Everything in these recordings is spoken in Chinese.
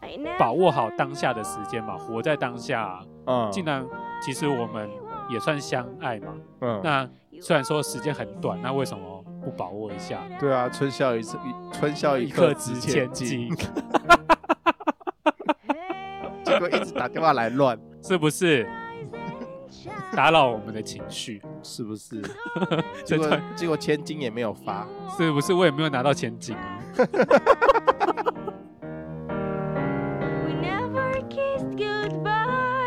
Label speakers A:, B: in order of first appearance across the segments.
A: 哎
B: 握好当下的时间嘛，活在当下、啊。
C: 嗯，
B: 尽量，其实我们也算相爱嘛。
C: 嗯，
B: 那虽然说时间很短，那为什么不把握一下？
C: 对啊，春宵一次，一春宵一刻值千金。结果一直打电话来 乱，
B: 是不是？打扰我们的情绪，
C: 是不是？
B: 这
C: 结果
B: 段
C: 结果千金也没有 发。
B: 是不是我也没有拿到千金啊？
A: We never kissed goodbye.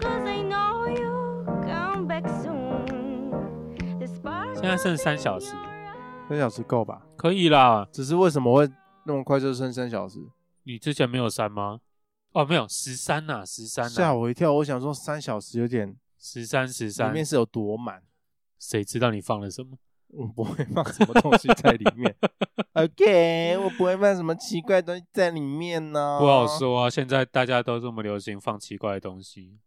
A: Cause I know you come back soon. The spark
B: 现在剩三小时，
C: 三小时够吧？
B: 可以啦。
C: 只是为什么会那么快就剩三小时？
B: 你之前没有删吗？哦，没有，十三呐，十三啊
C: 吓
B: 呐，
C: 我一跳！我想说三小时有点，
B: 十三十
C: 里
B: 三，
C: 面是有多满？
B: 谁知道你放了什么？
C: 我不会放什么东西在里 面。OK，我不会放什么奇怪的东西在里面呢、
B: 不好。说啊，现在大家都这么流行放奇怪的东西。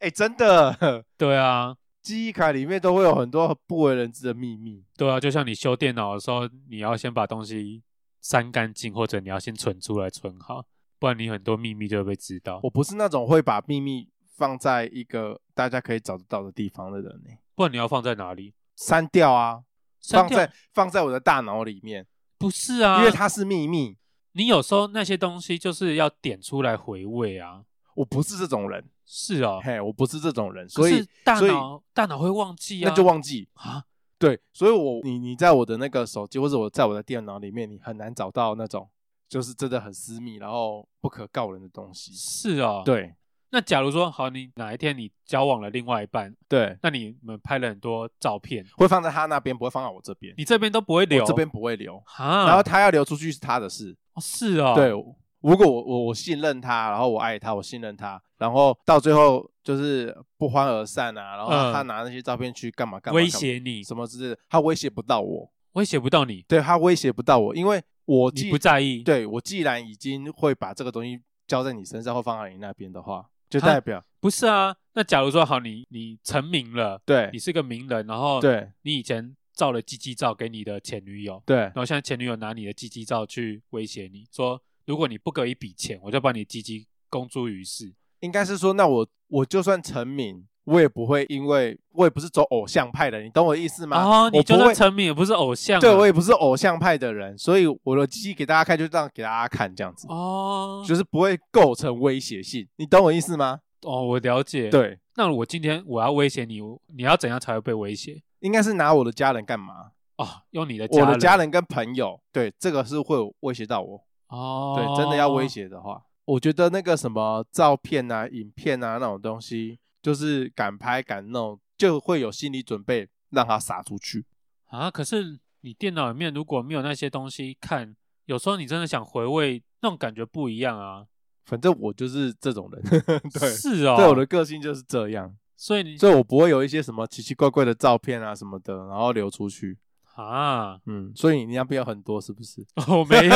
C: 哎、真的，
B: 对啊，
C: 记忆卡里面都会有很多不为人知的秘密。
B: 对啊，就像你修电脑的时候，你要先把东西删干净，或者你要先存出来存好，不然你很多秘密就会被知道。
C: 我不是那种会把秘密放在一个大家可以找得到的地方的人呢、
B: 不然你要放在哪里？
C: 删掉啊，
B: 删
C: 放
B: 掉
C: 在放在我的大脑里面，
B: 不是啊，
C: 因为它是秘密。
B: 你有时候那些东西就是要点出来回味啊。
C: 我不是这种人，
B: 是哦，
C: 嘿，我不是这种人，
B: 可
C: 所以
B: 是大
C: 所以
B: 脑大脑会忘记啊，
C: 那就忘记。
B: 啊。
C: 对，所以我你你在我的那个手机或者我在我的电脑里面，你很难找到那种就是真的很私密，然后不可告人的东西。
B: 是哦，。
C: 对
B: 那假如说好，你哪一天你交往了另外一半，
C: 对，
B: 那你们拍了很多照片，
C: 会放在他那边，不会放在我这边，
B: 你这边都不会留，
C: 我这边不会留。
B: 啊，
C: 然后他要流出去是他的事。
B: 哦是哦，
C: 对，啊如果我我我信任他，然后我爱他，我信任他，然后到最后就是不欢而散啊，然后
B: 嗯
C: 他拿那些照片去干嘛干嘛，
B: 威
C: 干嘛
B: 胁你，
C: 什么之类的，他威胁不到我，
B: 威胁不到你，
C: 对他威胁不到我，因为我
B: 你
C: 既
B: 不在意，，
C: 对我既然已经会把这个东西交在你身上或放在你那边的话，就
B: 啊
C: 代表
B: 不是啊。那假如说好，你你成名了，
C: 对
B: 你是个名人，然后
C: 对
B: 你以前照了鸡鸡照给你的前女友，
C: 对
B: 然后现在前女友拿你的鸡鸡照去威胁你说，如果你不给我一笔钱，我就把你的鸡鸡公诸于世。
C: 应该是说，那我我就算成名，我也不会因为我也不是走偶像派的，你懂我的意思吗？
B: 哦，你
C: 我
B: 就
C: 不
B: 算
C: 会。
B: 成名也不是偶像啊，
C: 对，我也不是偶像派的人，所以我的鸡鸡给大家看，就这样给大家看，这样子，
B: 哦，
C: 就是不会构成威胁性，你懂我意思吗？
B: 哦，我了解。，
C: 对，
B: 那我今天我要威胁你，我你要怎样才会被威胁？
C: 应该是拿我的家人干嘛？
B: 哦，用你的
C: 我的家
B: 人
C: 人跟朋友，对，这个是会有威胁到我。
B: 哦，
C: 对，真的要威。胁的话，我觉得那个什么照片啊、影片啊那种东西，就是敢拍敢弄，就会有心理准备让它撒出去。
B: 啊，可是你电脑里面如果没有那些东西看，有时候你真的想回味，那种感觉不一样啊。
C: 反正我就是这种人， 对，
B: 是哦，
C: 对，我的个性就是这样，
B: 所以你
C: 所以我不会有一些什么奇奇怪怪的照片啊什么的，然后流出去。
B: 啊，
C: 嗯，所以你那边有很多是不是？
B: 我没有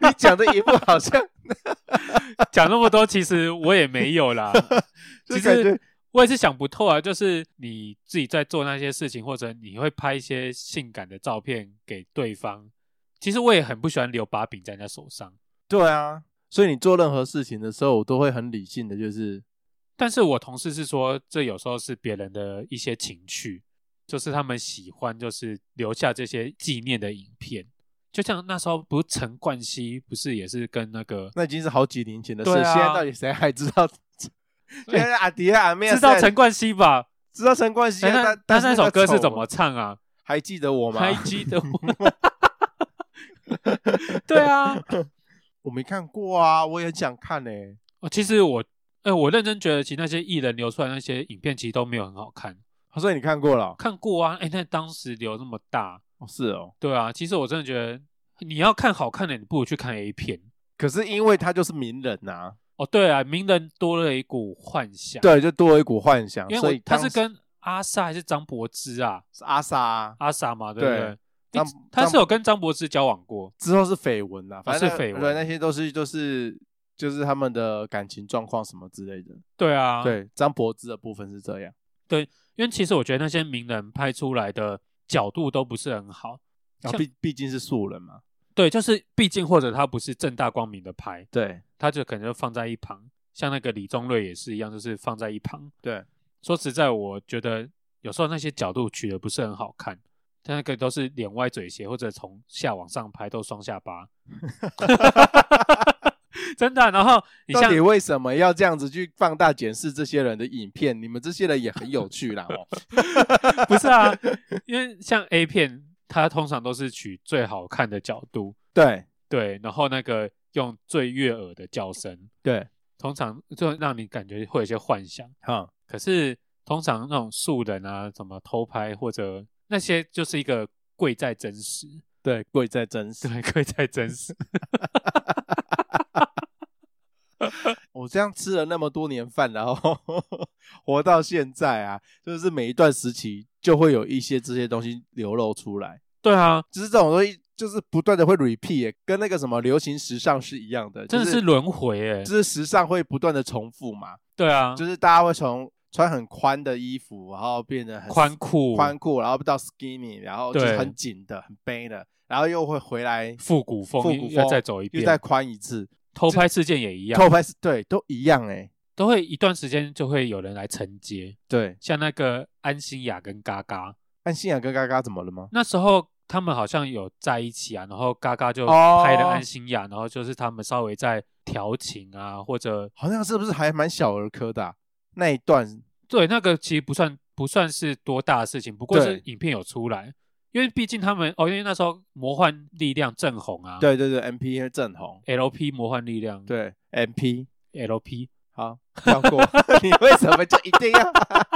C: 你讲的一副 好像，
B: 讲那么多，其实我也没有 啦。
C: 就
B: 其
C: 感觉
B: 实我也是想不透啊，就是你自己在做那些事情，或者你会拍一些性感的照片给对方。其实我也很不喜欢留把柄在人家手上，
C: 对啊。所以你做任何事情的时候，我都会很理性的，就是
B: 但是我同事是说，这有时候是别人的一些情趣，就是他们喜欢，就是留下这些纪念的影片。就像那时候，不是陈冠希不是也是跟那个
C: 那已经是好几年前的事。
B: 对啊
C: 现在到底谁还知 道？现在阿迪啊、阿妹啊
B: 知道
C: 谁
B: 陈冠希 吧？哎
C: 知道陈冠希啊，
B: 那
C: 但
B: 那
C: 但是
B: 那
C: 个
B: 首歌是
C: 丑
B: 怎么唱啊？
C: 还记得我吗？
B: 还记得我吗？ 对啊，
C: 我没看过啊，我也很想看欸呢、
B: 哦，其实我，哎、我认真觉得，其实那些艺人流出来那些影片，其实都没有很好看。
C: 他说你看过了哦、
B: 看过啊，哎、那当时流那么大，
C: 哦是哦。
B: 对啊，其实我真的觉得，你要看好看的，你不如去看 A 片。
C: 可是因为他就是名人呐、啊，
B: 哦，对啊，名人多了一股幻想。，
C: 对，就多了一股幻想，
B: 因
C: 所
B: 为
C: 以
B: 我他
C: 当
B: 是跟阿萨还是张柏芝啊？
C: 是阿莎啊、
B: 阿萨嘛，对不
C: 对
B: 对？诶
C: 张
B: 他
C: 张
B: 是有跟张柏芝交往过，
C: 之后是绯闻啦，反正
B: 哦是绯闻
C: 对那些都是就是就是他们的感情状况什么之类的。
B: 对啊，，
C: 对，张柏芝的部分是这样，
B: 因为其实我觉得那些名人拍出来的角度都不是很好，像
C: 啊毕毕竟是素人嘛，
B: 对，就是毕竟或者他不是正大光明的拍，
C: 对
B: 他就可能就放在一旁。像那个李宗瑞也是一样，就是放在一旁。
C: 对，
B: 说实在，我觉得有时候那些角度取的不是很好看，但那个都是脸歪嘴斜，或者从下往上拍都双下巴， 真的啊。然后你
C: 到
B: 像
C: 底为什么要这样子去放大检视这些人的影片？你们这些人也很有趣啦哦。
B: 不是啊，因为像 A 片，它通常都是取最好看的角度，
C: 对
B: 对，然后那个用最悦耳的叫声，
C: 对，
B: 通常就让你感觉会有一些幻想。
C: 哈，
B: 可是通常那种素人啊，什么偷拍或者那些，就是一个贵在真实，
C: 对，贵在真实。
B: 对，贵在真实。
C: 我这样吃了那么多年饭，然后 活到现在啊，就是每一段时期就会有一些这些东西流露出来，
B: 对啊，
C: 就是这种东西就是不断的会 repeat，耶跟那个什么流行时尚是一样的，
B: 真的
C: 就是
B: 是轮回哎、
C: 就是时尚会不断的重复嘛，
B: 对啊，
C: 就是是大家会从穿很宽的衣服，然后变得很
B: 宽裤、
C: 宽裤，然后到 skinny，然后就是
B: 对
C: 很紧的、很背的，然后又会回来
B: 复古风，
C: 复古
B: 要
C: 风
B: 再走一
C: 又
B: 遍。
C: 再宽一次，
B: 偷拍事件也一样，
C: 偷拍是对都一样哎、
B: 都会一段时间就会有人来承接。
C: 对，
B: 像那个安心雅跟嘎嘎，
C: 按信仰跟嘎嘎怎么了吗？
B: 那时候他们好像有在一起啊，然后嘎嘎就
C: 哦
B: 拍了安心雅，然后就是他们稍微在调情啊，或者
C: 好像是不是还蛮小儿科的啊、那一段？
B: 对那个其实不算不算是多大的事情，不过
C: 对
B: 是影片有出来，因为毕竟他们哦，因为那时候魔幻力量正红啊，
C: 对对对，M P 正红，
B: ，LP 魔幻力量，
C: 对 M P，
B: ，LP，
C: 好跳过。 你为什么就一定要？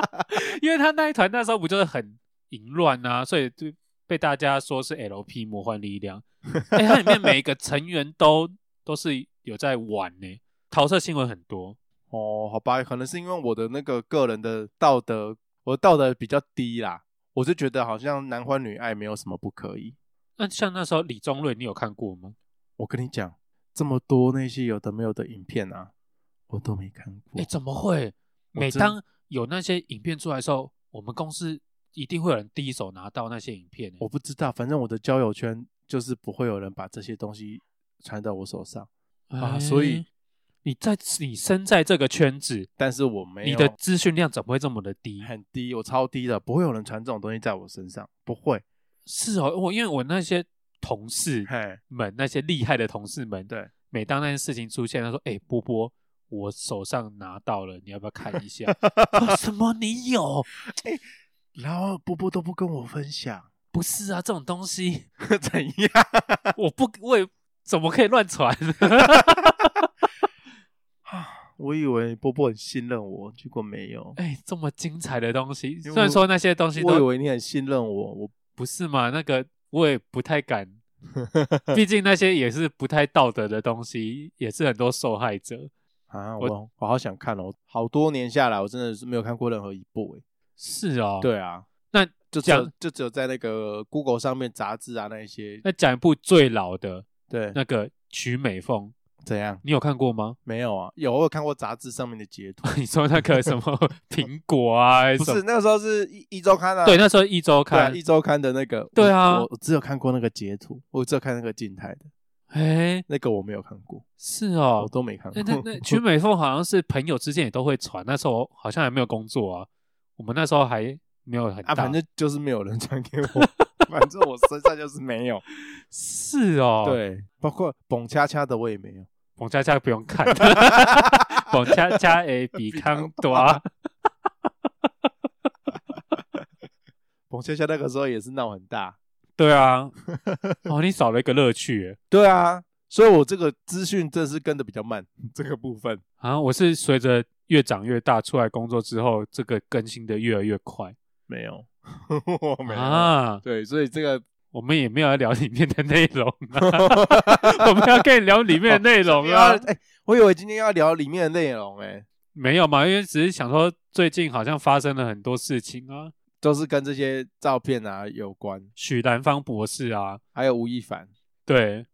B: 因为他那一团那时候不就是很淫乱啊，所以就被大家说是 LP 魔幻力 量。哎、它里面每一个成员都都是有在玩呢、桃色新闻很多，
C: 哦，好吧，可能是因为我的那个个人的道德，我的道德比较低啦，我就觉得好像男欢女爱没有什么不可以。
B: 那像那时候李宗瑞，你有看过吗？
C: 我跟你讲，这么多那些有的没有的影片啊，我都没看过。
B: 哎、怎么会？
C: 我
B: 每
C: 真
B: 当有那些影片出来的时候，我们公司一定会有人第一手拿到那些影片、欸
C: 我不知道，反正我的交友圈就是不会有人把这些东西传到我手上，啊
B: 哎
C: 所以
B: 你在你身在这个圈子，
C: 但是我没有。
B: 你的资讯量怎么会这么的低？
C: 很低，我超低的，不会有人传这种东西在我身上，不会。
B: 是哦，我因为我那些同事
C: 嘿，
B: 们那些厉害的同事们，
C: 对，
B: 每当那件事情出现，他说：“哎、波波，我手上拿到了，你要不要看一下？” 啊什么？你有？
C: 然后波波都不跟我分享，
B: 不是啊，这种东西
C: 怎样？
B: 我不，我也怎么可以乱传？
C: 我以为波波很信任我，结果没有。
B: 哎、这么精彩的东西，
C: 为
B: 虽然说那些东西
C: 我以
B: 都
C: 为你很信任我，我
B: 不是嘛，那个我也不太 敢，毕竟那些也是不太道德的东西，也是很多受害者。
C: 啊，
B: 我
C: 我我好想看哦，好多年下来，我真的是没有看过任何一部哎。
B: 是哦，，
C: 对啊，
B: 那
C: 就只有
B: 讲
C: 就只有在那个 Google 上面杂志啊那一些，
B: 那讲一部最老的
C: 对，
B: 那个曲美凤，
C: 怎样？
B: 你有看过吗？
C: 没有啊，有我有看过杂志上面的截图，
B: 你说那个 什么苹果啊，还
C: 不
B: 什么
C: 是那个时候是一一周刊啊，
B: 对，那时候一周
C: 对啊，
B: 刊
C: 一，周刊的那个，
B: 对
C: 我
B: 啊
C: 我我只有看过那个截图，我只有看那个静态的，
B: 哎、
C: 那个我没有看过，
B: 是
C: 我
B: 哦。
C: 都没看
B: 那
C: 过。
B: 那那曲美凤好像是朋友之间也都会传，那时候好像还没有工作啊，我们那时候还没有很大，
C: 啊，反正就是没有人传给我， 反正我身上就是没有。
B: 是哦。，
C: 对，包括蹦恰恰的我也 没有。
B: 冯佳佳不用 看，冯佳佳诶比康多，啊
C: 蹦恰恰那个时候也是闹很大。
B: 对啊， 哦，你少了一个乐趣耶
C: 对啊，所以我这个资讯真是跟的比较慢，这个部分。
B: 啊！我是随着越长越大，出来工作之后，这个更新的越来越快
C: 没有， 我没有。
B: 啊。
C: 对，所以这 个
B: 我们也没有要聊里面的内容、 啊，我们要跟你聊里面的内容啊
C: 要，哎、 我以为今天要聊里面的内容、哎，
B: 没有嘛？因为只是想说最近好像发生了很多事情啊，
C: 都是跟这些照片啊有关，
B: 许兰芳博士啊，
C: 还有吴亦凡。
B: 对，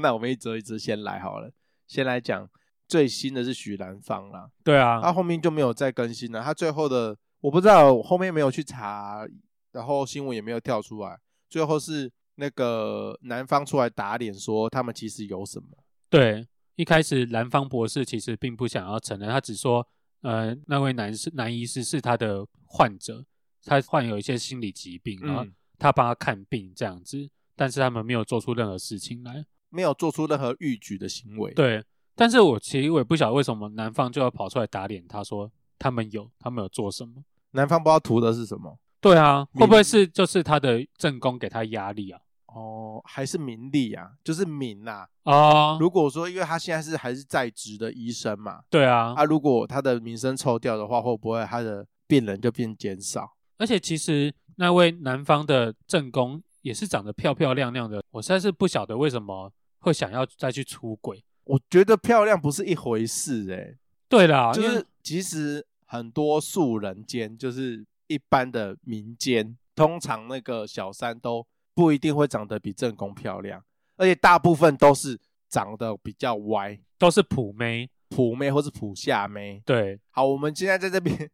C: 那我们一则一则先来好了，先来讲最新的是许兰芳啦，
B: 对啊，
C: 他后面就没有再更新了。他最后的我不知道，我后面没有去查，然后新闻也没有跳出来。最后是那个男方出来打脸，说他们其实有什么。
B: 对，一开始蓝方博士其实并不想要承认，他只说，呃，那位男士男医师是他的患者，他患有一些心理疾病，然后
C: 嗯
B: 他帮他看病这样子，但是他们没有做出任何事情来。
C: 没有做出任何逾矩的行为。，
B: 对，但是我其实我也不晓得为什么男方就要跑出来打脸，他说他们有，他们有做什么？
C: 男方不知道图的是什么
B: 对啊，
C: 明
B: 会不会是就是他的正宫给他压力啊？
C: 哦，还是名利啊，就是名啦、
B: 哦，
C: 如果说，因为他现在是还是在职的医生嘛，
B: 对啊，
C: 啊，如果他的名声臭掉的话，会不会他的病人就变减少？
B: 而且其实那位男方的正宫也是长得漂漂亮亮的，我实在是不晓得为什么会想要再去出轨。
C: 我觉得漂亮不是一回事、欸，
B: 对啦，
C: 就
B: 因为
C: 是其实很多素人间，就是一般的民间，通常那个小三都不一定会长得比正宫漂亮，而且大部分都是长得比较歪，
B: 都是普妹，
C: 普妹或是普下妹。
B: 对
C: 好，我们现在在这边，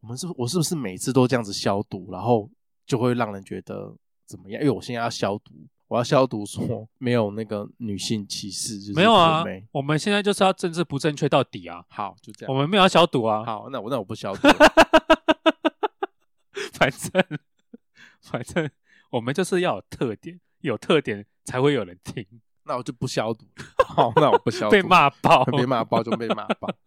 C: 我们是我是不是每次都这样子消毒，然后就会让人觉得怎么样？因为我现在要消毒，我要消毒说没有那个女性歧视，就是
B: 没有啊
C: 普妹。
B: 我们现在就是要政治不正确到底啊，
C: 好，就这
B: 我
C: 样。
B: 们没有要消毒啊，
C: 好，那我那我不消毒。
B: 反正反正我们就是要有特点，有特点才会有人听，
C: 那我就不消毒。 好，那我不 消毒。
B: 被，骂爆，
C: 被骂爆就被骂爆。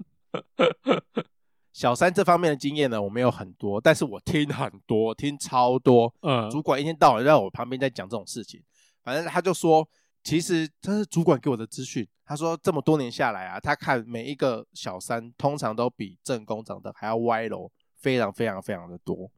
C: 小三这方面的经验呢，我没有很多，但是我听很多，听超多。
B: 嗯，
C: 主管一天到晚在我旁边在讲这种事情，反正他就说，其实这是主管给我的资讯。他说这么多年下来啊，他看每一个小三通常都比正宫长得还要歪楼，非常非常非常的多。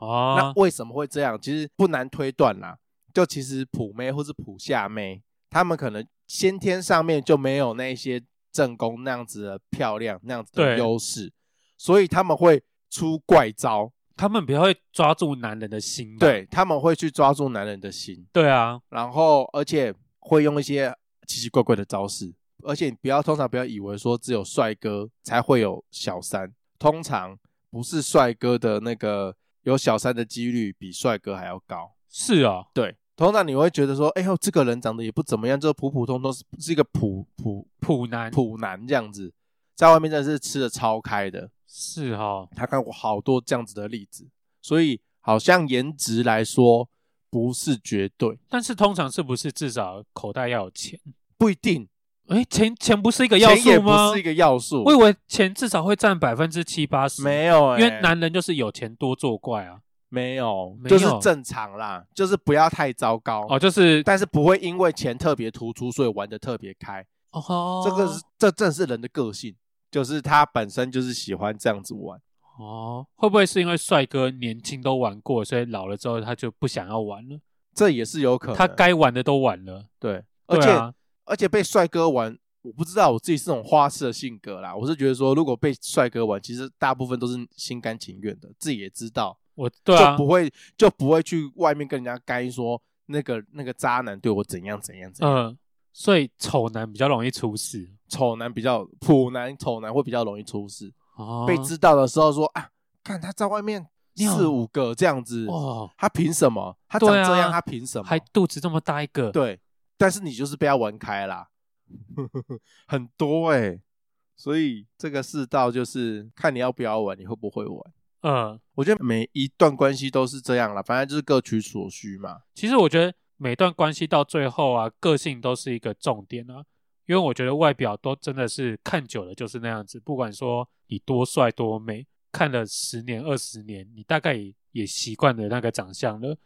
C: 那
B: 哦，
C: 为什么会这样？其实不难推断啦，就其实普妹或是普下妹，她们可能先天上面就没有那些正宫那样子的漂亮那样子的
B: 对
C: 优势，所以他们会出怪招，
B: 他们比较会抓住男人的心吧，
C: 对他们会去抓住男人的心。
B: 对啊，
C: 然后而且会用一些奇奇怪怪的招式，而且你不要通常不要以为说只有帅哥才会有小三，通常不是帅哥的那个有小三的几率比帅哥还要高。
B: 是哦，
C: 对，通常你会觉得说，哎呦，这个人长得也不怎么样，就普普通通，是是一个普普
B: 普男
C: 普男这样子，在外面真的是吃的超开的。
B: 是哦，
C: 他看过好多这样子的例子，所以好像颜值来说不是绝对，
B: 但是通常是不是至少口袋要有钱？
C: 不一定
B: 诶，钱钱不是一个要
C: 钱也
B: 素
C: 不
B: 吗？
C: 是一个要素。
B: 我以为钱至少会占百分之七八十，
C: 没有、欸，
B: 因为男人就是有钱多作怪啊。
C: 没有，
B: 没有
C: 就是正常啦，就是不要太糟糕。
B: 哦，就是
C: 但是不会因为钱特别突出，所以玩的特别开。
B: 哦，
C: 这个是这正是人的个性，就是他本身就是喜欢这样子玩。
B: 哦，会不会是因为帅哥年轻都玩过，所以老了之后他就不想要玩了？
C: 这也是有可能。
B: 他该玩的都玩了，
C: 对，而
B: 对
C: 且、
B: 啊，
C: 而且被帅哥玩，我不知道我自己是这种花痴的性格啦。我是觉得说，如果被帅哥玩，其实大部分都是心甘情愿的，自己也知道，
B: 我对啊
C: 就，不会就不会去外面跟人家该说那个那个渣男对我怎样怎样怎样。
B: 嗯，所以丑男比较容易出事
C: 丑男比较普男，丑男会比较容易出事。
B: 哦，
C: 被知道的时候说啊，看他在外面
B: 尿
C: 四五个这样子，
B: 哦，
C: 他凭什么？他长
B: 对啊
C: 这样，他凭什么？
B: 还肚子这么大一个，
C: 对，但是你就是被他玩开啦， 很多哎、所以这个世道就是看你要不要玩，你会不会玩。
B: 嗯，
C: 我觉得每一段关系都是这样啦，反正就是各取所需嘛。
B: 其实我觉得每段关系到最后啊，个性都是一个重点啊，因为我觉得外表都真的是看久了就是那样子，不管说你多帅多美，看了十年二十年，你大概也也习惯了那个长相了。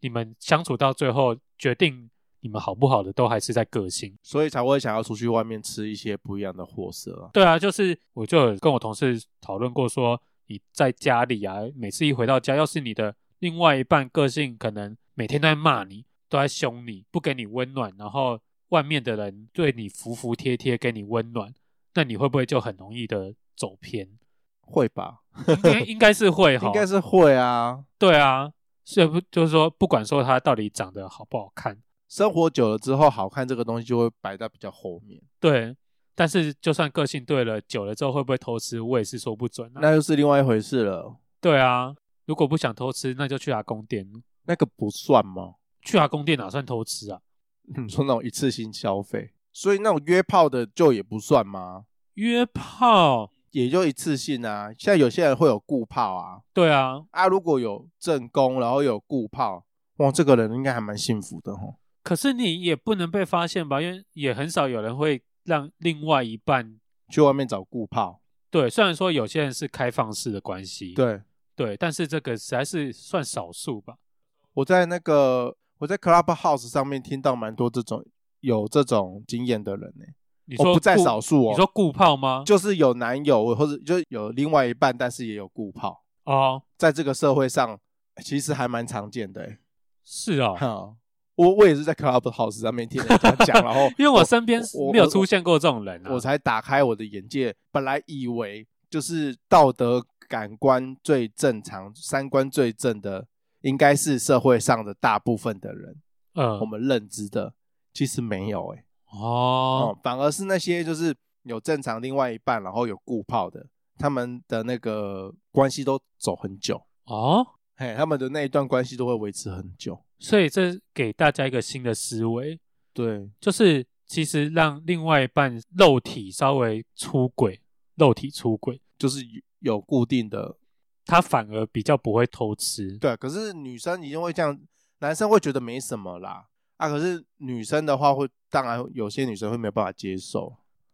B: 你们相处到最后，决定你们好不好的都还是在个性。
C: 所以才会想要出去外面吃一些不一样的货色啊。
B: 对啊，就是我就有跟我同事讨论过说，你在家里啊，每次一回到家，要是你的另外一半个性可能每天都在骂你，都在凶你，不给你温暖，然后外面的人对你服服帖帖，给你温暖，那你会不会就很容易的走偏？
C: 会吧？
B: 应该应该是会哈，
C: 应该是会啊。
B: 对啊，是不就是说，不管说他到底长得好不好看，
C: 生活久了之后，好看这个东西就会摆在比较后面，
B: 对。但是，就算个性对了，久了之后会不会偷吃，我也是说不准啊。
C: 那又是另外一回事了。
B: 对啊，如果不想偷吃，那就去阿公店。
C: 那个不算吗？
B: 去阿公店哪算偷吃啊？
C: 你说那种一次性消费，所以那种约炮的就也不算吗？
B: 约炮，
C: 也就一次性啊。现在有些人会有固炮啊，
B: 对啊，
C: 啊，如果有正宫，然后有固炮，哇，这个人应该还蛮幸福的吼。
B: 可是你也不能被发现吧？因为也很少有人会让另外一半
C: 去外面找固炮，
B: 对，虽然说有些人是开放式的关系，
C: 对
B: 对，但是这个实在是算少数吧。
C: 我在那个我在 Clubhouse 上面听到蛮多这种有这种经验的人呢、
B: 你
C: 哦
B: 说
C: 不在
B: 顾
C: 少数哦
B: 你说固炮吗？
C: 就是有男友或者就是有另外一半，但是也有固炮，
B: 哦，
C: 在这个社会上其实还蛮常见的、欸。
B: 是哦，
C: 哈，我我也是在 Clubhouse 上面听人家讲，然后
B: 因为我身边
C: 我
B: 没有
C: 我
B: 出现过这种人啊。
C: 我才打开我的眼界。本来以为就是道德感官最正常、三观最正的，应该是社会上的大部分的人，
B: 嗯
C: 我们认知的，其实没有哎、
B: 哦
C: 哦，反而是那些就是有正常另外一半，然后有固炮的，他们的那个关系都走很久，
B: 哦，
C: 嘿，他们的那一段关系都会维持很久。
B: 所以这给大家一个新的思维，
C: 对，
B: 就是其实让另外一半肉体稍微出轨，肉体出轨，
C: 就是有有固定的
B: 他反而比较不会偷吃。
C: 对，可是女生一定会这样，男生会觉得没什么啦。啊，可是女生的话会，当然有些女生会没有办法接受。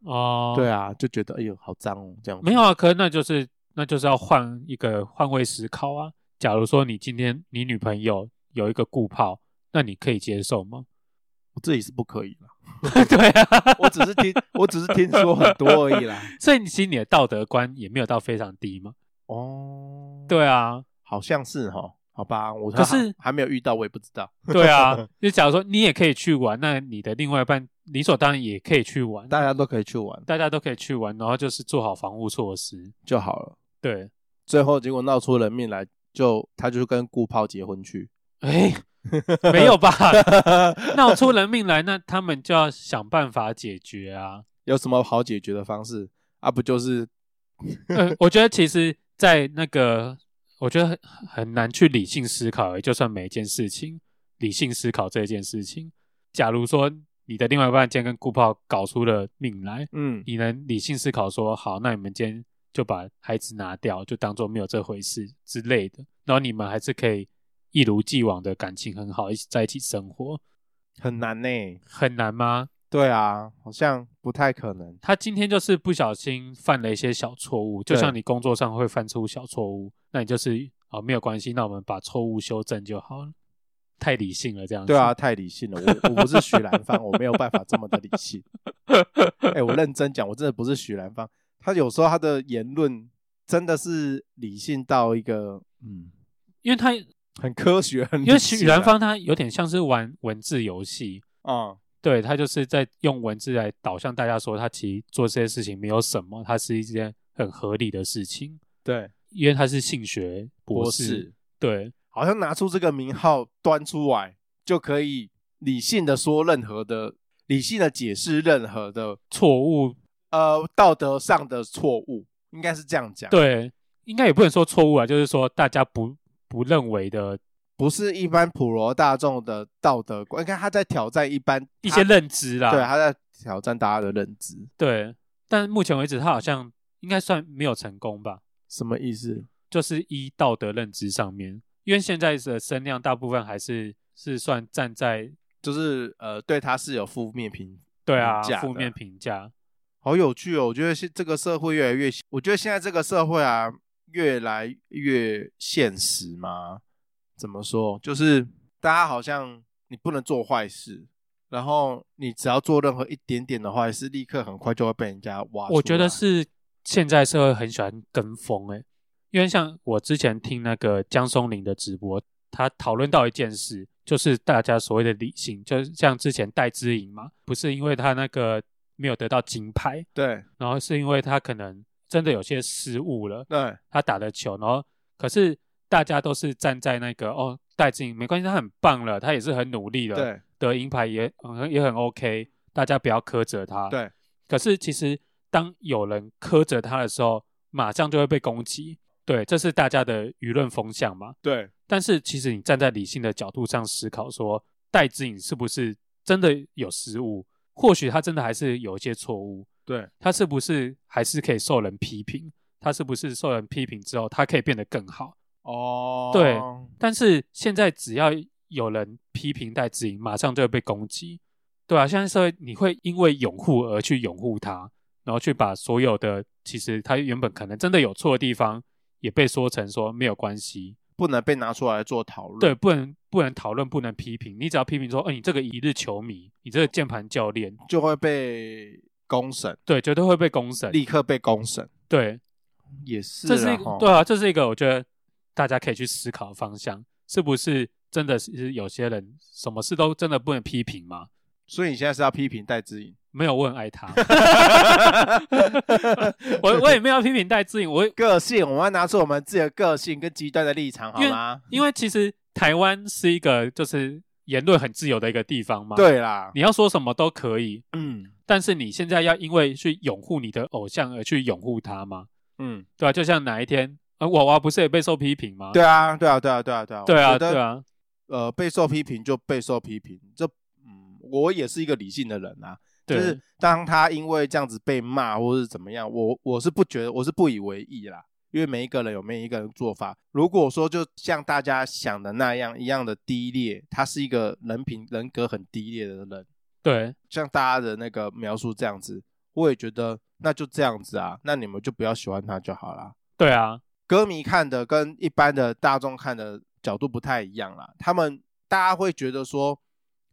B: 哦，
C: 对啊，就觉得哎呦好脏哦，这样子
B: 没有啊，可是那就是那就是要换一个换位思考啊。假如说你今天你女朋友有一个固炮，那你可以接受吗？
C: 我自己是不可以啦。
B: 对啊，
C: 我只是听，我只是听说很多而已啦。
B: 所以你其实你的道德观也没有到非常低嘛。
C: 哦，，
B: 对啊，
C: 好像是哈，好吧，我
B: 可是
C: 还还没有遇到，我也不知道。
B: 对 啊，就假如说你也可以去玩，那你的另外一半理所当然也可以去玩，
C: 大家都可以去玩
B: 大家都可以去玩，然后就是做好防护措施。
C: 就好了。
B: 对，
C: 最后结果闹出人命来，就他就跟顾炮结婚去。
B: 哎，没有吧？ 闹出人命来，那他们就要想办法解决啊。
C: 有什么好解决的方式啊？不就是
B: 呃，我觉得其实，在那个，我觉得很很难去理性思考，欸就算每一件事情理性思考这件事情。假如说你的另外一半今天跟顾炮搞出了命来，
C: 嗯
B: 你能理性思考说，好，那你们今天就把孩子拿掉，就当做没有这回事之类的，然后你们还是可以一如既往的感情很好，一起在一起生活，
C: 很难呢、
B: 很难吗？
C: 对啊，好像不太可能。
B: 他今天就是不小心犯了一些小错误，就
C: 对
B: 像你工作上会犯出小错误，那你就是啊没有关系，那我们把错误修正就好了。太理性了，这样子
C: 对啊，，太理性了。我我不是许兰芳，我没有办法这么的理性。哎、我认真讲，我真的不是许兰芳。他有时候他的言论真的是理性到一个嗯，
B: 因为 他
C: 很科学，很
B: 因为
C: 理
B: 许
C: 性啊
B: 兰芳她有点像是玩文字游戏，
C: 啊、
B: 对他就是在用文字来导向大家说，他其实做这些事情没有什么，它是一件很合理的事情，
C: 对，
B: 因为他是性学博士，对
C: 好像拿出这个名号端出来，就可以理性的说任何的，理性的解释任何的
B: 错误，
C: 呃道德上的错误，应该是这样讲。，
B: 对，应该也不能说错误啊，就是说大家不不认为的
C: 不是一般普罗大众的道德观，你看他在挑战一般
B: 一些
C: 他
B: 认知啦，
C: 对，他啊在挑战大家的认知，
B: 对但目前为止他好像应该算没有成功吧，
C: 什么意思？
B: 就是依道德认知上面，因为现在的声量大部分还是是算站在
C: 就是呃，对他是有负面评，
B: 对啊
C: 评价的
B: 负面评价，
C: 好有趣哦！我觉得现这个社会越来越，我觉得现在这个社会啊，越来越现实嘛。怎么说？就是大家好像你不能做坏事，然后你只要做任何一点点的坏事，立刻很快就会被人家挖出来。
B: 我觉得是现在社会很喜欢跟风、欸，因为像我之前听那个江松林的直播，他讨论到一件事，就是大家所谓的理性，就是像之前戴之颖嘛，不是因为他那个没有得到金牌，
C: 对
B: 然后是因为他可能真的有些失误了，
C: 对
B: 他打的球，然后可是大家都是站在那个哦，戴之颖没关系，他很棒了，他也是很努力了，
C: 对啊
B: 得银牌也很也很 OK，大家不要苛责他，
C: 对，
B: 可是其实当有人苛责他的时候，马上就会被攻击。对，这是大家的舆论风向嘛。
C: 对，
B: 但是其实你站在理性的角度上思考说戴之颖是不是真的有失误，或许他真的还是有一些错误，
C: 对，
B: 他是不是还是可以受人批评？他是不是受人批评之后，他可以变得更好？
C: 哦，
B: 对但是现在只要有人批评戴志颖，马上就会被攻击，对啊，现在社会你会因为拥护而去拥护他，然后去把所有的其实他原本可能真的有错的地方，也被说成说没有关系，
C: 不能被拿出来做讨论。
B: 对，，不能不能讨论，不能批评，你只要批评说，哦，你这个一日球迷，你这个键盘教练，
C: 就会被公审，
B: 对，绝对会被公审，
C: 立刻被公审，
B: 对，
C: 也是啦，
B: 这是一个
C: 吼
B: 对啊，这是一个我觉得大家可以去思考的方向，是不是真的是有些人什么事都真的不能批评吗？
C: 所以你现在是要批评戴之颖，
B: 没有，我很爱 他， 我我也没有批评戴志颖，我
C: 个性，我们要拿出我们自己的个性跟极端的立场，好吗？
B: 因为其实台湾是一个就是言论很自由的一个地方嘛，，
C: 对啦，
B: 你要说什么都可以，
C: 嗯
B: 但是你现在要因为去拥护你的偶像而去拥护他吗？
C: 嗯，
B: 对啊，就像哪一天，呃，娃娃不是也被受批评吗？
C: 对啊，对啊，对啊，对啊，对啊，
B: 对
C: 我
B: 啊，
C: 觉得
B: 对，啊，
C: 呃，备受批评就备受批评，这嗯，我也是一个理性的人啊，就
B: 对，
C: 是当他因为这样子被骂或是怎么样，我我是不觉得，我是不以为意啦。因为每一个人有每一个人做法。如果说就像大家想的那样一样的低劣，他是一个人品人格很低劣的人，
B: 对，
C: 像大家的那个描述这样子，我也觉得那就这样子啊，那你们就不要喜欢他就好啦。
B: 对啊，
C: 歌迷看的跟一般的大众看的角度不太一样啦。他们大家会觉得说，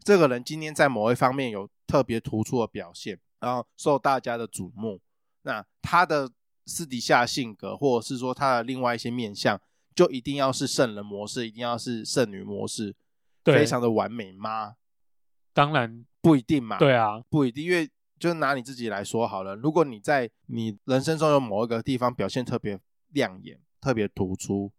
C: 这个人今天在某一方面有特别突出的表现，然后受大家的瞩目。那他的私底下性格，或者是说他的另外一些面相，就一定要是圣人模式，一定要是圣女模式，
B: 对
C: 非常的完美吗？
B: 当然，
C: 不一定嘛。
B: 对啊，
C: 不一定，因为就拿你自己来说好了，如果你在你人生中有某一个地方表现特别亮眼、特别突出，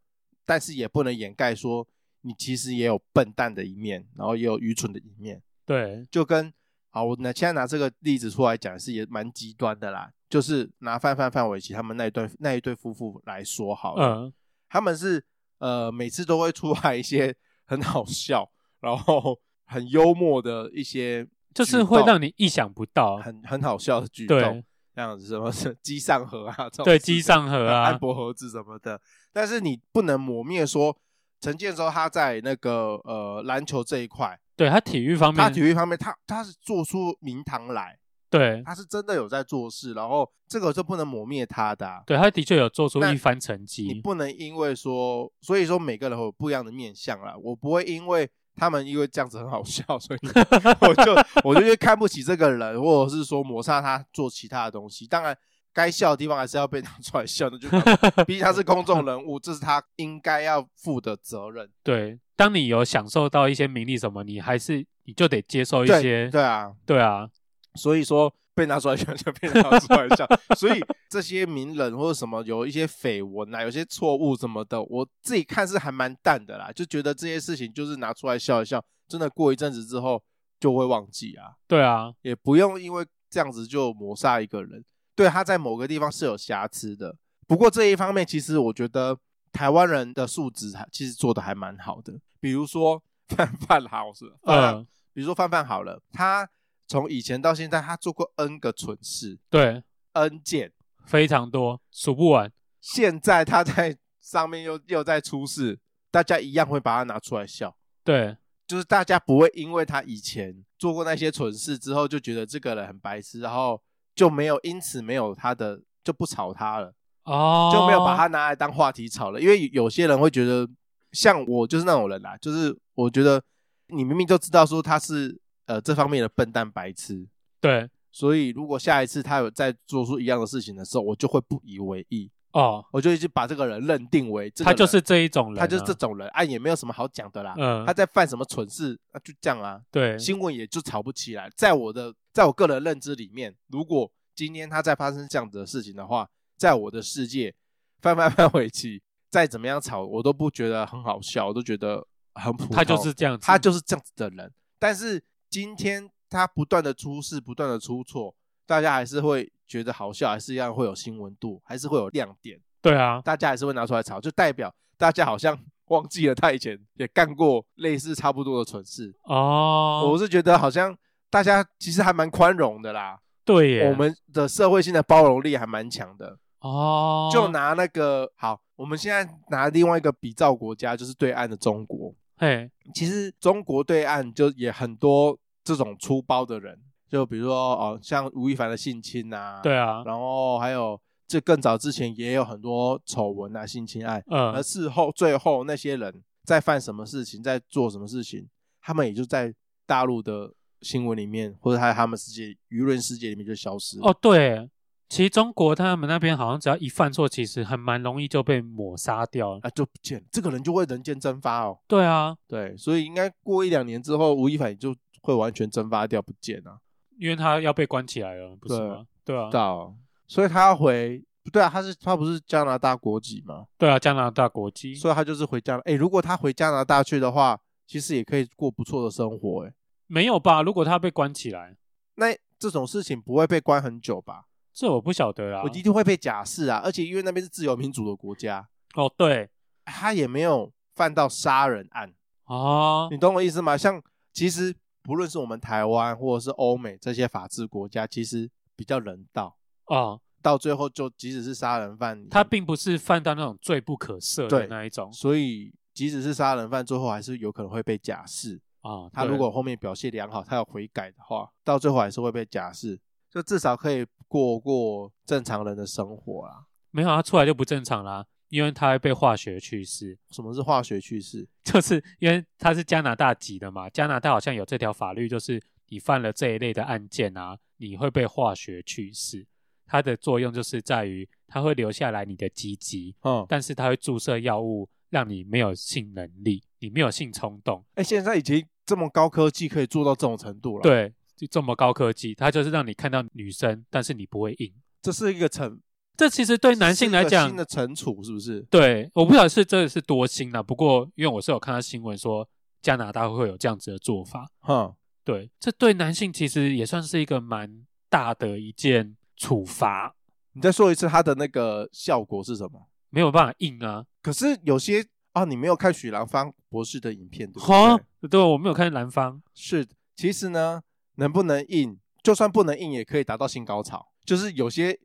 C: 但是也不能掩盖说你其实也有笨蛋的一面，然后也有愚蠢的一面。
B: 对，
C: 就跟好，我拿现在拿这个例子出来讲是也蛮极端的啦，就是拿范范范玮琪他们那一对那一对夫妇来说好了，
B: 嗯，
C: 他们是呃每次都会出来一些 很好笑，然后很幽默的一些举
B: 就
C: 动。
B: 是会让你意想不到，
C: 很很好笑的举动
B: 对，
C: 这样子什么是机上盒啊，这种
B: 对，
C: 事
B: 机
C: 情
B: 上盒
C: 安
B: 啊，
C: 博盒子什么的，但是你不能抹灭说陈建州他在那个呃篮球这一块，
B: 对他体育方
C: 他体
B: 面，
C: 育方面他他是做出名堂来，
B: 对，
C: 他是真的有在做事，然后这个就不能抹灭他的啊、
B: 对他的确有做出
C: 那
B: 一番成
C: 你
B: 绩，
C: 不能因为说，所以说每个人会有不一样的面相啦，我不会因为。他们因为这样子很好笑，所以 我就我就去看不起这个人，或者是说抹杀他做其他的东西。当然，该笑的地方还是要被拿出来笑的，就 毕竟他是公众人物，这是他应该要负的责任。
B: 对，当你有享受到一些名利什么，你还是你就得接受一
C: 对
B: 些，
C: 对啊，
B: 对啊，
C: 所以说 被拿出来笑就被拿出来笑。所以这些名人或者什么有一些绯闻啊，有些错误什么的，我自己看是还蛮淡的啦，就觉得这些事情就是拿出来笑一笑，真的过一阵子之后就会忘记啊，
B: 对啊，
C: 也不用因为这样子就抹杀一个人。对，他在某个地方是有瑕疵的，不过这一方面其实我觉得台湾人的素质还其实做的还蛮好的，比如说 范范老师，范
B: 嗯，
C: 比如说范范好了，他从以前到现在，他做过 N 个蠢事
B: 对，
C: ，N 件，
B: 非常多，数不完，
C: 现在他在上面又又在出事，大家一样会把他拿出来笑，
B: 对，
C: 就是大家不会因为他以前做过那些蠢事之后就觉得这个人很白痴，然后就没有因此没有他的就不炒他了，
B: 哦，
C: 就没有把他拿来当话题炒了，因为有些人会觉得，像我就是那种人啦、就是我觉得你明明就知道说他是呃这方面的笨蛋白痴。
B: 对，
C: 所以如果下一次他有再做出一样的事情的时候，我就会不以为意，
B: 哦，
C: 我就已经把这个人认定为这个
B: 他
C: 人
B: 就是这一种人啊，
C: 他就是这种人，啊，也没有什么好讲的啦。
B: 嗯
C: 他在犯什么蠢事，那、就这样啊，
B: 对，
C: 新闻也就吵不起来。在我的，在我个人认知里面，如果今天他再发生这样子的事情的话，在我的世界， 范范范玮琪再怎么样吵，我都不觉得很好笑，我都觉得很普通。
B: 他就是这样子，
C: 他就是这样子的人。但是今天他不断的出事，不断的出错，大家还是会觉得好笑，还是一样会有新闻度，还是会有亮点，
B: 对啊，
C: 大家还是会拿出来炒，就代表大家好像 忘记了他以前也干过类似差不多的蠢事。
B: 哦，
C: 我是觉得好像大家其实还蛮宽容的啦，
B: 对啊耶，
C: 我们的社会性的包容力还蛮强的。
B: 哦，
C: 就拿那个好，我们现在拿另外一个比照国家，就是对岸的中国。
B: 嘿，
C: 其实中国对岸就也很多这种粗包的人，就比如说哦，像吴亦凡的性侵啊，
B: 对啊，
C: 然后还有这更早之前也有很多丑闻啊、性侵案，而
B: 嗯，
C: 事后最后那些人在犯什么事情，在做什么事情，他们也就在大陆的新闻里面，或者还有他们世界舆论世界里面就消失了。
B: 哦，对，其实中国他们那边好像只要一犯错，其实还蛮容易就被抹杀掉。
C: 啊，就不见了这个人就会人间蒸发哦。
B: 对啊，
C: 对，所以应该过一两年之后，吴亦凡也就会完全蒸发掉，不见啊。
B: 因为他要被关起来了，不是
C: 对
B: 吗？对啊，
C: 到，所以他要回，不对啊，他是他不是加拿大国籍吗？
B: 对啊，加拿大国籍，
C: 所以他就是回加拿，哎，如果他回加拿大去的话，其实也可以过不错的生活，哎，
B: 没有吧？如果他被关起来，
C: 那这种事情不会被关很久吧？
B: 这我不晓得啦
C: 我。一定会被假释啊，而且因为那边是自由民主的国家，
B: 哦，对，
C: 他也没有犯到杀人案，
B: 哦，
C: 你懂我意思吗？像其实不论是我们台湾或者是欧美这些法治国家，其实比较人道，
B: 哦，
C: 到最后就即使是杀人犯，
B: 他并不是犯到那种罪不可赦的
C: 对
B: 那一种
C: 所以即使是杀人犯，最后还是有可能会被假释。
B: 啊。
C: 他
B: 对
C: 如果后面表现良好，他有悔改的话，到最后还是会被假释，就至少可以过过正常人的生活啦。
B: 没有，他出来就不正常啦，因为他会被化学去世，
C: 什么是化学去世？
B: 就是因为他是加拿大籍的嘛，加拿大好像有这条法律，就是你犯了这一类的案件啊，你会被化学去世。它的作用就是在于它会留下来你的积极，
C: 嗯，
B: 但是它会注射药物让你没有性能力，你没有性冲动，
C: 哎、现在已经这么高科技可以做到这种程度了，，
B: 对，就这么高科技，它就是让你看到女生，但是你不会硬。
C: 这是一个惩，
B: 这其实对男性来
C: 是一
B: 讲
C: 个新，的惩处是不是？
B: 对，我不晓得是这是多新啊啦，不过因为我是有看到新闻说加拿大会有这样子的做法，
C: 哼，
B: 对，这对男性其实也算是一个蛮大的一件处罚，
C: 你再说一次它的那个效果是什么？
B: 没有办法硬啊。
C: 可是有些啊，你没有看许兰芳博士的影片，对不对
B: 哈？，对，我没有看蓝方
C: 是，其实呢，能不能硬，就算不能硬，也可以达到性高潮。就是有些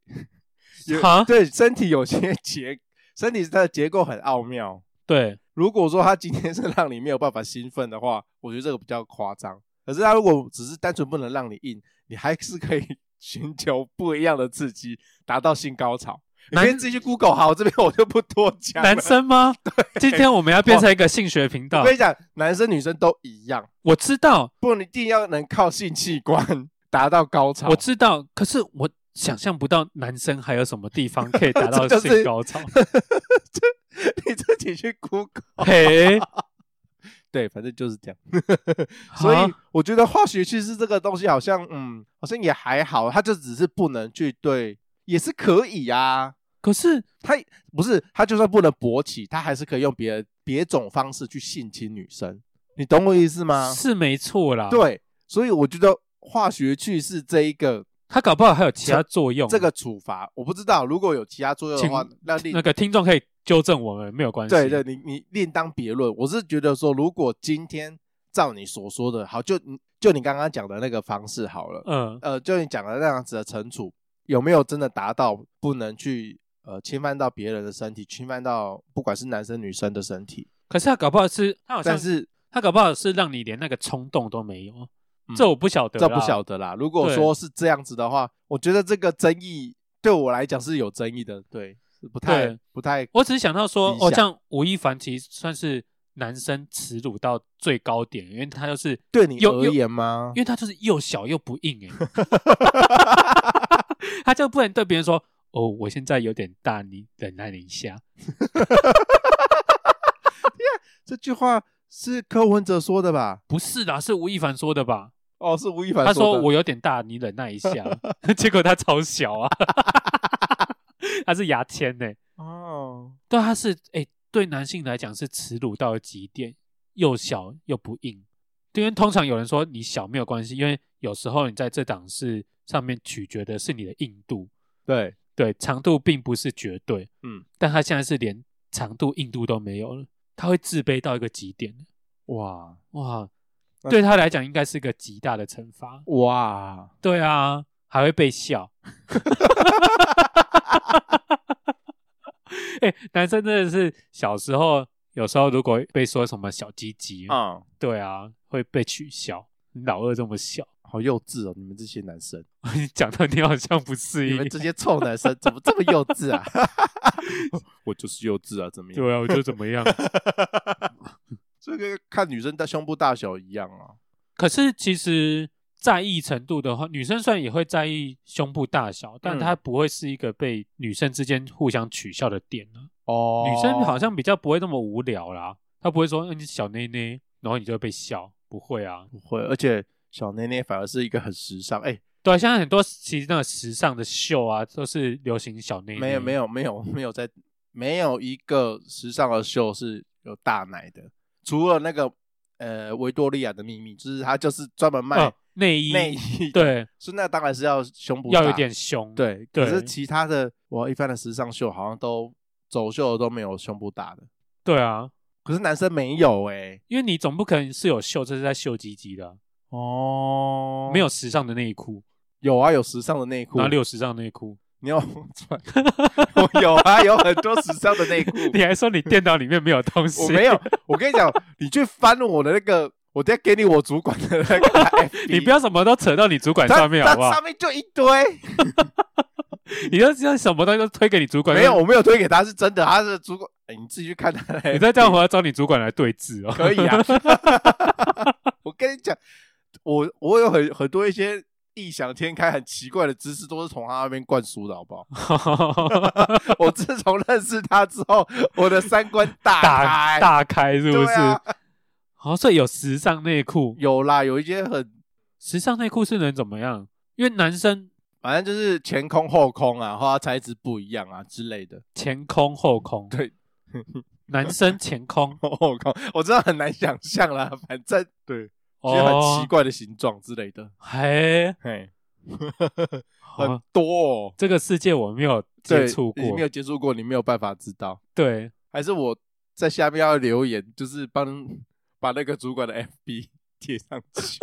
C: 有
B: 哈，
C: 对身体有些结，身体它的结构很奥妙。
B: 对，
C: 如果说他今天是 让你没有办法兴奋的话，我觉得这个比较夸张。可是他如果只是单纯不能让你硬，你还是可以 寻求不一样的刺激，达到性高潮。你
B: 男
C: 可以自己去 Google 好，这边 我就不多讲了。
B: 男生 吗？今天我们要变成一个性学频
C: 我
B: 道
C: 跟，你讲，男生女生都一样，
B: 我知道，
C: 不一定要能靠性器官 达到高潮。
B: 我知道，可是我想象不到男生还有什么地方可以达到
C: 这就是
B: 性高潮。
C: 你自己去 Google。
B: 嘿，
C: 对，反正就是这样。 所以
B: 啊
C: 我觉得化学趋势这个东西好像，嗯，好像也还好，它就只是不能去对，也是可以啊。
B: 可是
C: 它不是，它就算不能勃起，它还是可以用别的别种方式去性侵女生，你懂我意思吗？
B: 是没错啦，，
C: 啊对，所以我觉得化学趋势这一个
B: 他搞不好还有其他作用。
C: 这个处罚，我不知道如果有其他作用的话
B: 请，
C: 那另
B: 那个听众可以纠正我们，没有关系。
C: 对对，你你另当别论。我是觉得说，如果今天照你所说的，好，就你就你刚刚讲的那个方式好了，
B: 嗯，
C: 呃，就你讲的那样子的惩处，有没有真的达到不能去呃侵犯到别人的身体，侵犯到不管是男生女生的身体？
B: 可是他搞不好是，他好像
C: 但是
B: 他搞不好是让你连那个冲动都没有，
C: 嗯
B: 这我不晓得，
C: 这不晓。得啦。如果
B: 对
C: 说是这样子的话，我觉得这个争议对我来讲是有争议的，对，是不太
B: 对
C: 不太
B: 我只是想到说
C: 理，
B: 哦，
C: 想
B: 像吴亦凡其实算是男生耻辱到最高点，因为他就是
C: 对你
B: 有
C: 而
B: 有
C: 言吗
B: 因？为他就是又小又不硬哎、 他就不能对别人说哦，我现在有点大，你忍耐一下。
C: 这句话是柯文哲说的吧？
B: 不是啦，是吴亦凡说的吧？
C: 哦，是吴亦凡
B: 他
C: 说
B: 说
C: 的。
B: 我有点大，你忍耐一下。 结果他超小啊， 他是牙签呢、
C: 哦，
B: 对，他是哎、对男性来讲是耻辱到了极点，又小又不硬。对因为通常有人说你小没有关系，因为有时候你在这档事上面取决的是你的硬度，
C: 对，
B: 对，长度并不是绝对，
C: 嗯，
B: 但他现在是连长度、硬度都没有了，他会自卑到一个极点，
C: 哇
B: 哇，
C: 那
B: 对他来讲应该是个极大的惩罚。
C: 哇，
B: 对啊，还会被笑。 哎、男生真的是小时候，有时候如果被说什么小鸡鸡，
C: 嗯，
B: 对啊，会被取笑。你老二这么小，
C: 好幼稚哦，你们这些男生，
B: 你讲到你好像不是
C: 你
B: 一
C: 们这
B: 样。
C: 些臭男生怎么这么幼稚啊？ 我就是幼稚啊，怎么样？
B: 对啊，我就怎么样？
C: 这个看女生的胸部大小一样啊。
B: 可是其实在意程度的话，女生虽然也会在意胸部大小，但
C: 嗯
B: 她不会是一个被女生之间互相取笑的点呢、
C: 哦
B: 女生好像比较不会那么无聊啦，她不会说、嗯、你小内内，然后你就会被笑，不会啊。
C: 不会，而且小内内反而是一个很时尚。哎、
B: 对啊，现在很多其实那个时尚的秀啊，都是流行小内内。
C: 没有没，有没有没有在没有一个时尚的秀是有大奶的，除了那个呃维多利亚的秘密，就是它就是专门卖
B: 哦内衣
C: 内衣，，
B: 对，
C: 所以那当然是要胸部
B: 要
C: 大
B: 有点胸。，
C: 对，
B: 对
C: 可是其他的我一般的时尚秀好像都走秀的都没有胸部大的，
B: 对啊，
C: 可是男生没有哎、
B: 因为你总不可能是有秀，这是在秀鸡鸡的啊、
C: 哦
B: 没有时尚的内裤，
C: 有啊，有时尚的内裤，
B: 哪里有时尚的内裤？
C: 你有穿？我有啊，有很多时尚的内裤。
B: 你还说你电脑里面没有东西？
C: 我没有，我跟你讲，你去翻我的那个，我再给你我主管的那个 FB，
B: 你不要什么都扯到你主管
C: 它
B: 上面好不
C: 它
B: 好
C: 上？面就一堆，
B: 你就这样什么东西都推给你主管，
C: 没有，，我没有推给他，是真的，他是主管，哎，你自己去看他的。
B: 你再这样，我要找你主管来对峙哦。
C: 可以啊。我跟你讲，我我有很很多一些异想天开、很奇怪的知识，都是从他那边灌输的，好不好？我自从认识他之后，我的三观大
B: 大
C: 开。
B: 大开是不是
C: 对啊？
B: 好，所以有时尚内裤，
C: 有啦，有一些很，
B: 时尚内裤是能怎么样？因为男生
C: 反正就是前空后空啊，或它材质不一样啊之类的。
B: 前空后空，
C: 对，
B: 男生前 空
C: 我靠，我真的很难想象啦。反正对，一些很奇
B: 哦，
C: 怪的形状之类的，
B: 嘿，
C: 嘿，很
B: 好，
C: 多、哦。
B: 这个世界我没有哦接
C: 对
B: 触
C: 你
B: 过
C: 没，有接触过，你没有办法知道。
B: 对，
C: 还是我在下面要留言， 就是帮把那个主管的 FB 贴上去，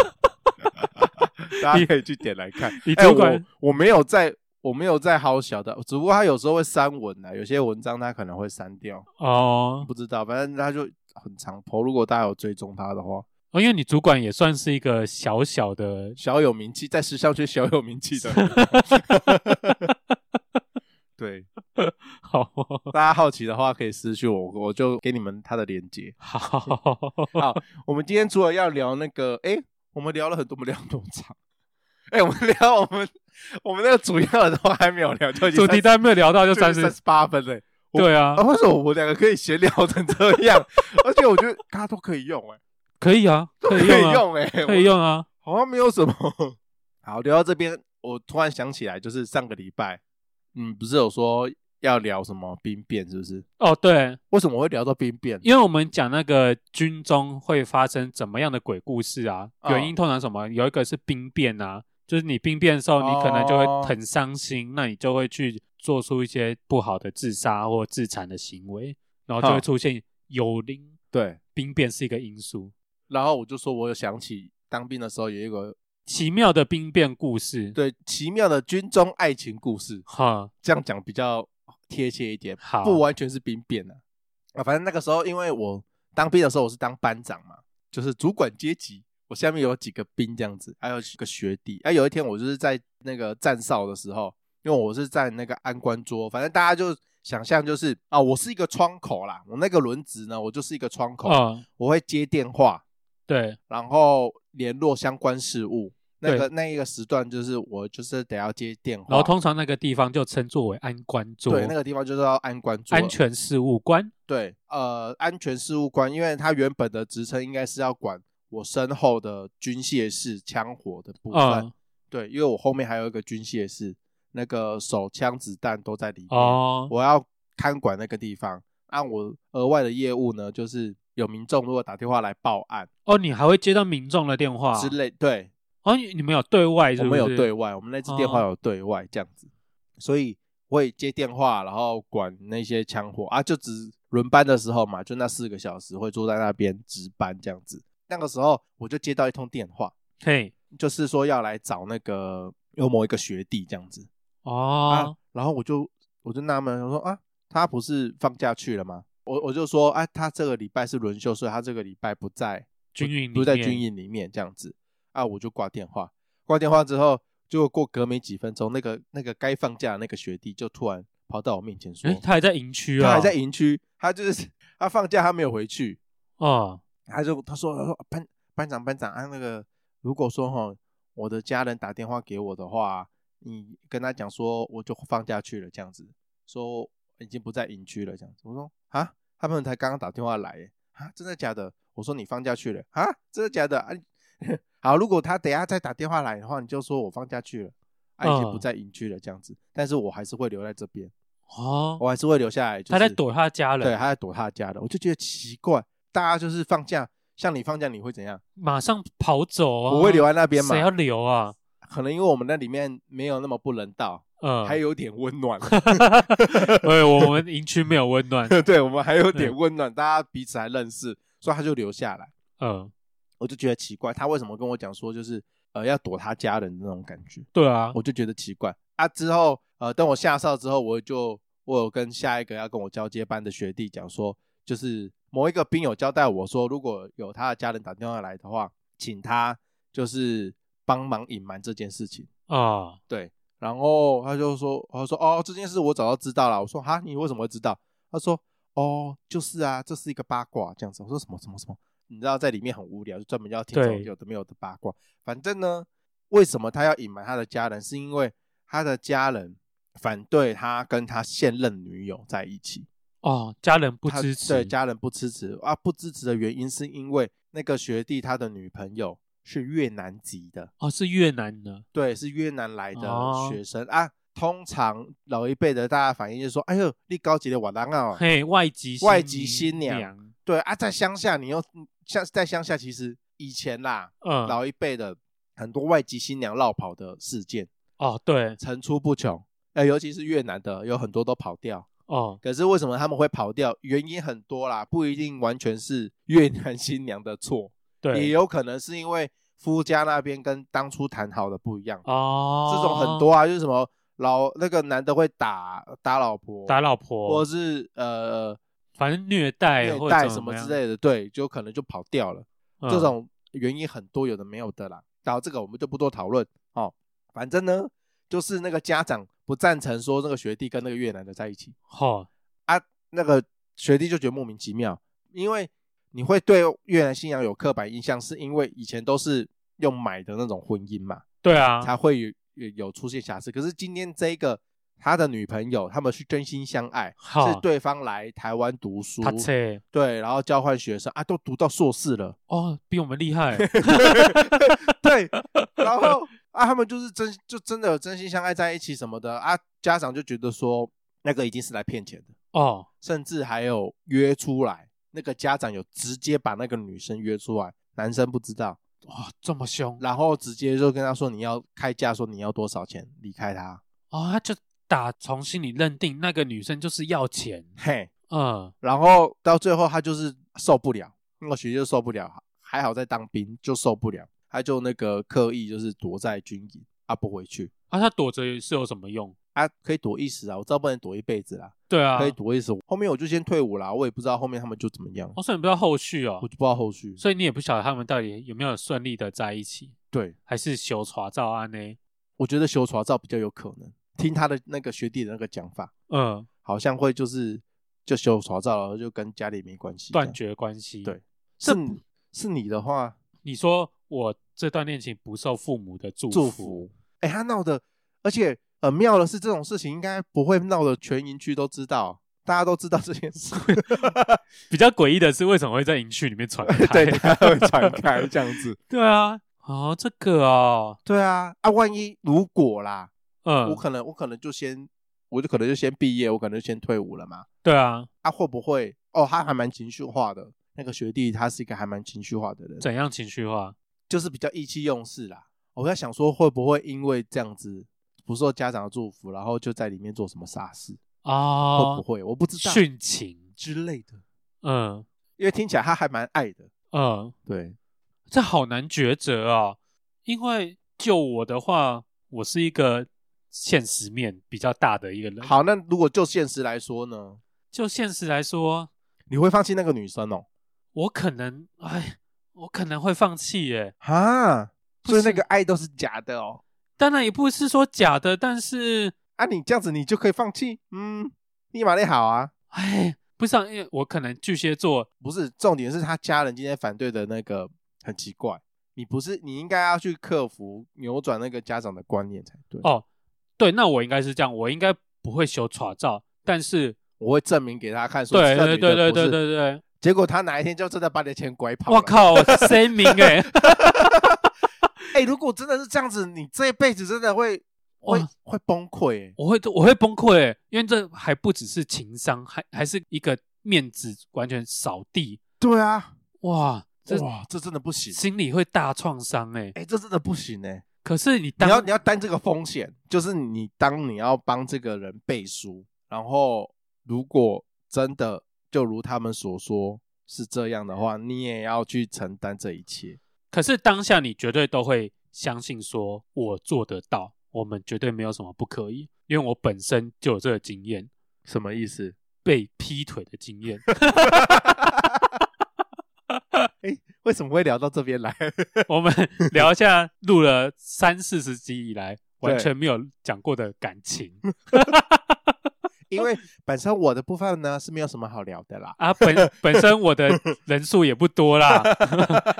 C: 大家可以去点来看。
B: 你
C: 哎
B: 主管
C: 我我没有在，我没有在好小的，只不过他有时候会删文啊，有些文章他可能会删掉，
B: 哦，
C: 不知道，反正他就很长头。如果大家有追踪他的话，
B: 哦因为你主管也算是一个小小的
C: 小有名气，在时尚圈小有名气的 人。对，
B: 好
C: 大家好奇的话可以私信我，我就给你们他的链接。
B: 好，
C: 好，我们今天除了要聊那个，诶，我们聊了很多，我们聊多长？诶，我们聊我们我们那个主要的都还没有聊，就已经
B: 主题单没有聊到就三十
C: 三，十八分嘞。我
B: 对啊
C: 啊，，为什么我们两个可以闲聊成这样？而且我觉得大家都可以用、诶，
B: 可以啊，可以
C: 可以
B: 用啊，
C: 用、诶，
B: 可以，用啊，
C: 好像没有什么。好，聊到这边，我突然想起来，就是上个礼拜，嗯，不是有说要聊什么兵变，是不是？
B: 哦，对，
C: 为什么会聊到兵变？
B: 因为我们讲那个军中会发生怎么样的鬼故事啊，
C: 哦
B: 原因通常什么，有一个是兵变啊，就是你兵变的时候，你可能就会很伤心，那你就会去做出一些不好的自杀或自残的行为，然后就会
C: 哦
B: 出现幽灵，
C: 对，
B: 兵变是一个因素，
C: 然后我就说，我有想起当兵的时候有一个
B: 奇妙的兵变故事，
C: 对奇妙的军中爱情故事，
B: 哈，
C: 这样讲比较贴切一点，
B: 好
C: 不完全是兵变啊。啊，反正那个时候，因为我当兵的时候我是当班长嘛，就是主管阶级，我下面有几个兵这样子，还有几个学弟。啊，有一天我就是在那个站哨的时候，因为我是站那个安官桌，反正大家就想象就是啊，我是一个窗口啦，我那个轮值呢，我就是一个窗口，
B: 嗯，
C: 我会接电话，
B: 对，
C: 然后联络相关事务。那
B: 对
C: 个那一个时段就是我就是得要接电话，
B: 然后通常那个地方就称作为安官桌，
C: 对那个地方就是要安官桌，
B: 安全事务官，
C: 对呃安全事务官，因为他原本的职称应该是要管我身后的军械室枪火的部分，
B: 嗯，
C: 对，因为我后面还有一个军械室，那个手枪子弹都在里面，
B: 哦，
C: 我要看管那个地方。按、我额外的业务呢，就是有民众如果打电话来报案
B: 哦，你还会接到民众的电话
C: 之类，对，
B: 哦，你你们有对外是
C: 我
B: 不
C: 们
B: 是？
C: 有对外，我们那支电话
B: 哦
C: 有对外这样子，所以会接电话，然后管那些枪火啊，就只轮班的时候嘛，就那四个小时会坐在那边值班这样子。那个时候我就接到一通电话，
B: 嘿，
C: 就是说要来找那个有某一个学弟这样子啊
B: 哦，，
C: 然后我就我就纳闷，我说啊，他不是放假去了吗？我我就说啊，他这个礼拜是轮休，所以他这个礼拜不在
B: 军营
C: 都在
B: 里面
C: 军营里面这样子啊，我就挂电话，挂电话之后，结果过隔没几分钟，那个那个该放假的那个学弟就突然跑到我面前说，
B: 诶，他还在营区啊，
C: 他还在营区，他就是他放假他没有回去，
B: 哦，
C: 他就他说他说班班长班长啊那个如果说哈我的家人打电话给我的话，你跟他讲说我就放假去了这样子，说已经不在营区了这样子。我说啊，他们才刚刚打电话来耶啊，真的假的？我说你放假去了啊，真的假的？啊， 你好，如果他等一下再打电话来的话，你就说我放假去了，啊，已经不
B: 嗯
C: 在营区了这样子，但是我还是会留在这边，
B: 哦，
C: 我还是会留下来。就是
B: 他在躲他的家人，
C: 对，他在躲他的家人，我就觉得奇怪，大家就是放假，像你放假你会怎样？
B: 马上跑走啊，
C: 我会留在那边嘛
B: 谁？要留啊？
C: 可能因为我们那里面没有那么不人道，
B: 嗯，
C: 还有点温暖，
B: 对，我们营区没有温 暖，
C: 对我们还有点温暖，大家彼此还认识，所以他就留下来。
B: 嗯，
C: 我就觉得奇怪，他为什么跟我讲说就是呃要躲他家人的那种感觉，
B: 对啊，
C: 我就觉得奇怪啊。之后呃，等我下哨之后，我就我有跟下一个要跟我交接班的学弟讲说，就是某一个兵有交代我说，如果有他的家人打电话来的话，请他就是帮忙隐瞒这件事情。
B: 啊，
C: 对，然后他就说，他说哦，这件事我早就知道了。我说哈，你为什么会知道？他说哦，就是啊，这是一个八卦这样子。我说什么什么什么？你知道在里面很无聊，就专门要听这种
B: 对
C: 有的没有的八卦。反正呢，为什么他要隐瞒他的家人？是因为他的家人反对他跟他现任女友在一起，
B: 哦，家人不
C: 他
B: 支持，
C: 对家人不支持啊，不支持的原因是因为那个学弟他的女朋友是越南籍的。
B: 哦，是越南的，
C: 对，是越南来的
B: 哦
C: 学生、啊。通常老一辈的大家反应就是说：“哎呦，你高级的瓦当啊！”
B: 嘿，外籍
C: 外籍
B: 新
C: 新娘对啊，在乡下你又像在乡下，其实以前啦，
B: 嗯，
C: 老一辈的很多外籍新娘落跑的事件
B: 哦，对，
C: 层出不穷。呃，尤其是越南的，有很多都跑掉。
B: 哦，
C: 可是为什么他们会跑掉？原因很多啦，不一定完全是越南新娘的错，也
B: 对，
C: 有可能是因为夫家那边跟当初谈好的不一样。
B: 哦，
C: 这种很多啊，就是什么老那个男的会打打老婆，
B: 打老
C: 或
B: 婆，
C: 者是呃
B: 反正虐待
C: 虐
B: 或者
C: 待
B: 怎
C: 什么之
B: 样，
C: 类的，对，就可能就跑掉了。
B: 嗯
C: 这种原因很多，有的没有的啦。然后这个我们就不多讨论哦。反正呢，就是那个家长不赞成说那个学弟跟那个越南的在一起
B: 哦，
C: 啊，那个学弟就觉得莫名其妙，因为你会对越南新娘有刻板印象，是因为以前都是用买的那种婚姻嘛。
B: 对啊，
C: 才会有有有出现瑕疵。可是今天这一个他的女朋友，他们是真心相爱，
B: 好
C: 是对方来台湾读书
B: 他，切，
C: 对，然后交换学生啊，都读到硕士 了，
B: 哦，比我们厉 害，
C: 对，然后啊，他们就是真就真的有真心相爱在一起什么的啊，家长就觉得说那个已经是来骗钱的，
B: 哦，
C: 甚至还有约出来，那个家长有直接把那个女生约出来，男生不知道，
B: 哇，这么凶，
C: 然后直接就跟他说你要开价，说你要多少钱离开他，
B: 哦，他就打从心里认定那个女生就是要钱，
C: 嘿，
B: 嗯，
C: 然后到最后他就是受不了，那个学弟就受不了，还好在当兵就受不了，他就那个刻意就是躲在军营，啊不回去，
B: 啊，他躲着是有什么用？
C: 啊可以躲一时啊，我知道不能躲一辈子啦，
B: 对啊
C: 可，以躲一时，后面我就先退伍啦，我也不知道后面他们就怎么样，
B: 哦，所以你不知道后续哦
C: 我，就不知道后续，
B: 所以你也不晓得他们到底有没有顺利的在一起，
C: 对
B: 还是修查照案呢？
C: 我觉得修床照比较有可能，听他的那个学弟的那个讲法，
B: 嗯，
C: 好像会就是就修床照，然后就跟家里没关系，
B: 断绝关系。
C: 对这样是你是你的话
B: 你说我这段恋情不受父母的祝福，
C: 祝福。哎、他闹的，而且很妙的是，这种事情应该不会闹的全营区都知道，大家都知道这件事，
B: 比较诡异的是，为什么会在营区里面 传开？
C: 对，大家会传开这样子。
B: 对啊，哦，这个哦，
C: 对啊，啊，万一如果啦，
B: 嗯
C: 我，可能我可能就先，我就可能就先毕业，我可能就先退伍了嘛。
B: 对啊，
C: 啊，会不会？哦，他还蛮情绪化的，那个学弟他是一个还蛮情绪化的人，
B: 怎样情绪化？
C: 就是比较意气用事啦。我在想说，会不会因为这样子不受家长的祝福，然后就在里面做什么傻事？会不
B: 哦，
C: 会？我不知道。
B: 殉情，
C: 之类的，
B: 嗯
C: 因为听起来他还蛮爱的。
B: 嗯，
C: 对，
B: 这好难抉择啊、因为就我的话，我是一个现实面比较大的一个人。，
C: 好，那如果就现实来说呢，
B: 就现实来说，
C: 你会放弃那个女生哦？
B: 我可能，哎，我可能会放弃耶。
C: 啊，
B: 不是
C: 所以那个爱都是假的哦。
B: 当然也不是说假的，但是，
C: 啊，你这样子你就可以放弃？嗯，立马你好啊。
B: 哎，不是、啊，因为我可能巨蟹座，
C: 不是，重点是他家人今天反对的那个很奇怪。你不是，你应该要去克服、扭转那个家长的观念才对。
B: 哦对，那我应该是这样，我应该不会修耍照，但是，
C: 我会证明给他看，说
B: 对
C: 这
B: 对
C: 女
B: 对对
C: 的不
B: 对
C: 是
B: 对对，
C: 结果他哪一天就真的把你的钱拐跑了。
B: 我！靠，谁明哎，
C: 哎、如果真的是这样子，你这一辈子真的会会
B: 哇
C: 会崩溃、欸。
B: 我会我会崩溃欸，因为这还不只是情商，还还是一个面子完全扫地，
C: 对啊，
B: 哇，这
C: 哇，这真的不行。
B: 心里会大创伤哎。
C: 哎、这真的不行哎、
B: 可是你
C: 你
B: 当
C: 要你要担这个风险，就是你当你要帮这个人背书，然后如果真的就如他们所说是这样的话，你也要去承担这一切。
B: 可是当下你绝对都会相信说，我做得到，我们绝对没有什么不可以，因为我本身就有这个经验，
C: 什么意思？
B: 被劈腿的经验。
C: 哎、为什么会聊到这边来？
B: 我们聊一下录了三四十集以来完
C: 对
B: 全没有讲过的感情
C: 因 为本身我的部分呢是没有什么好聊的啦。
B: 啊，本本身我的人数也不多啦，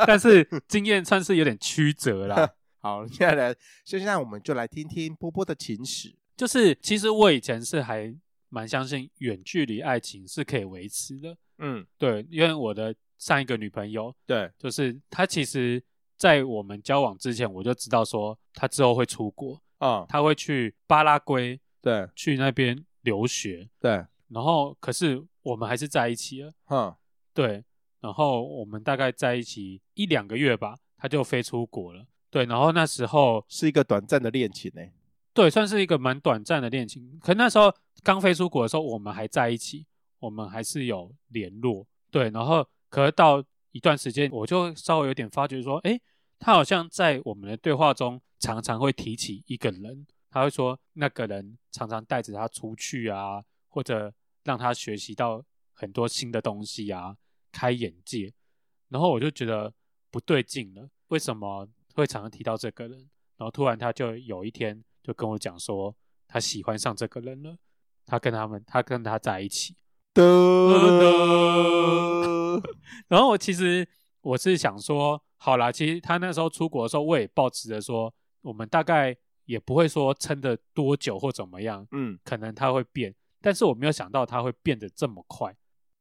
B: 但是经验算是有点曲折啦。
C: 好，接下来现在我们就来听听波波的情史。
B: 就是其实我以前是还蛮相信远距离爱情是可以维持的，
C: 嗯，
B: 对，因为我的上一个女朋友
C: 对，
B: 就是她，其实在我们交往之前我就知道说她之后会出国，
C: 啊、
B: 她会去巴拉圭
C: 对
B: 去那边留学，
C: 对，
B: 然后可是我们还是在一起了，
C: 哼，
B: 对，然后我们大概在一起一两个月吧，她就飞出国了，对，然后那时候
C: 是一个短暂的恋情呢、欸
B: 对，算是一个蛮短暂的恋情。可那时候刚飞出国的时候，我们还在一起，我们还是有联络。对，然后可是到一段时间，我就稍微有点发觉说，诶，他好像在我们的对话中常常会提起一个人，他会说那个人常常带着他出去啊，或者让他学习到很多新的东西啊，开眼界。然后我就觉得不对劲了，为什么会常常提到这个人？然后突然他就有一天就跟我讲说，他喜欢上这个人了，他跟他们，他跟他在一起。
C: 的，
B: 然后我其实我是想说，好啦，其实他那时候出国的时候，我也抱持着说，我们大概也不会说撑的多久或怎么样，
C: 嗯，
B: 可能他会变，但是我没有想到他会变得这么快。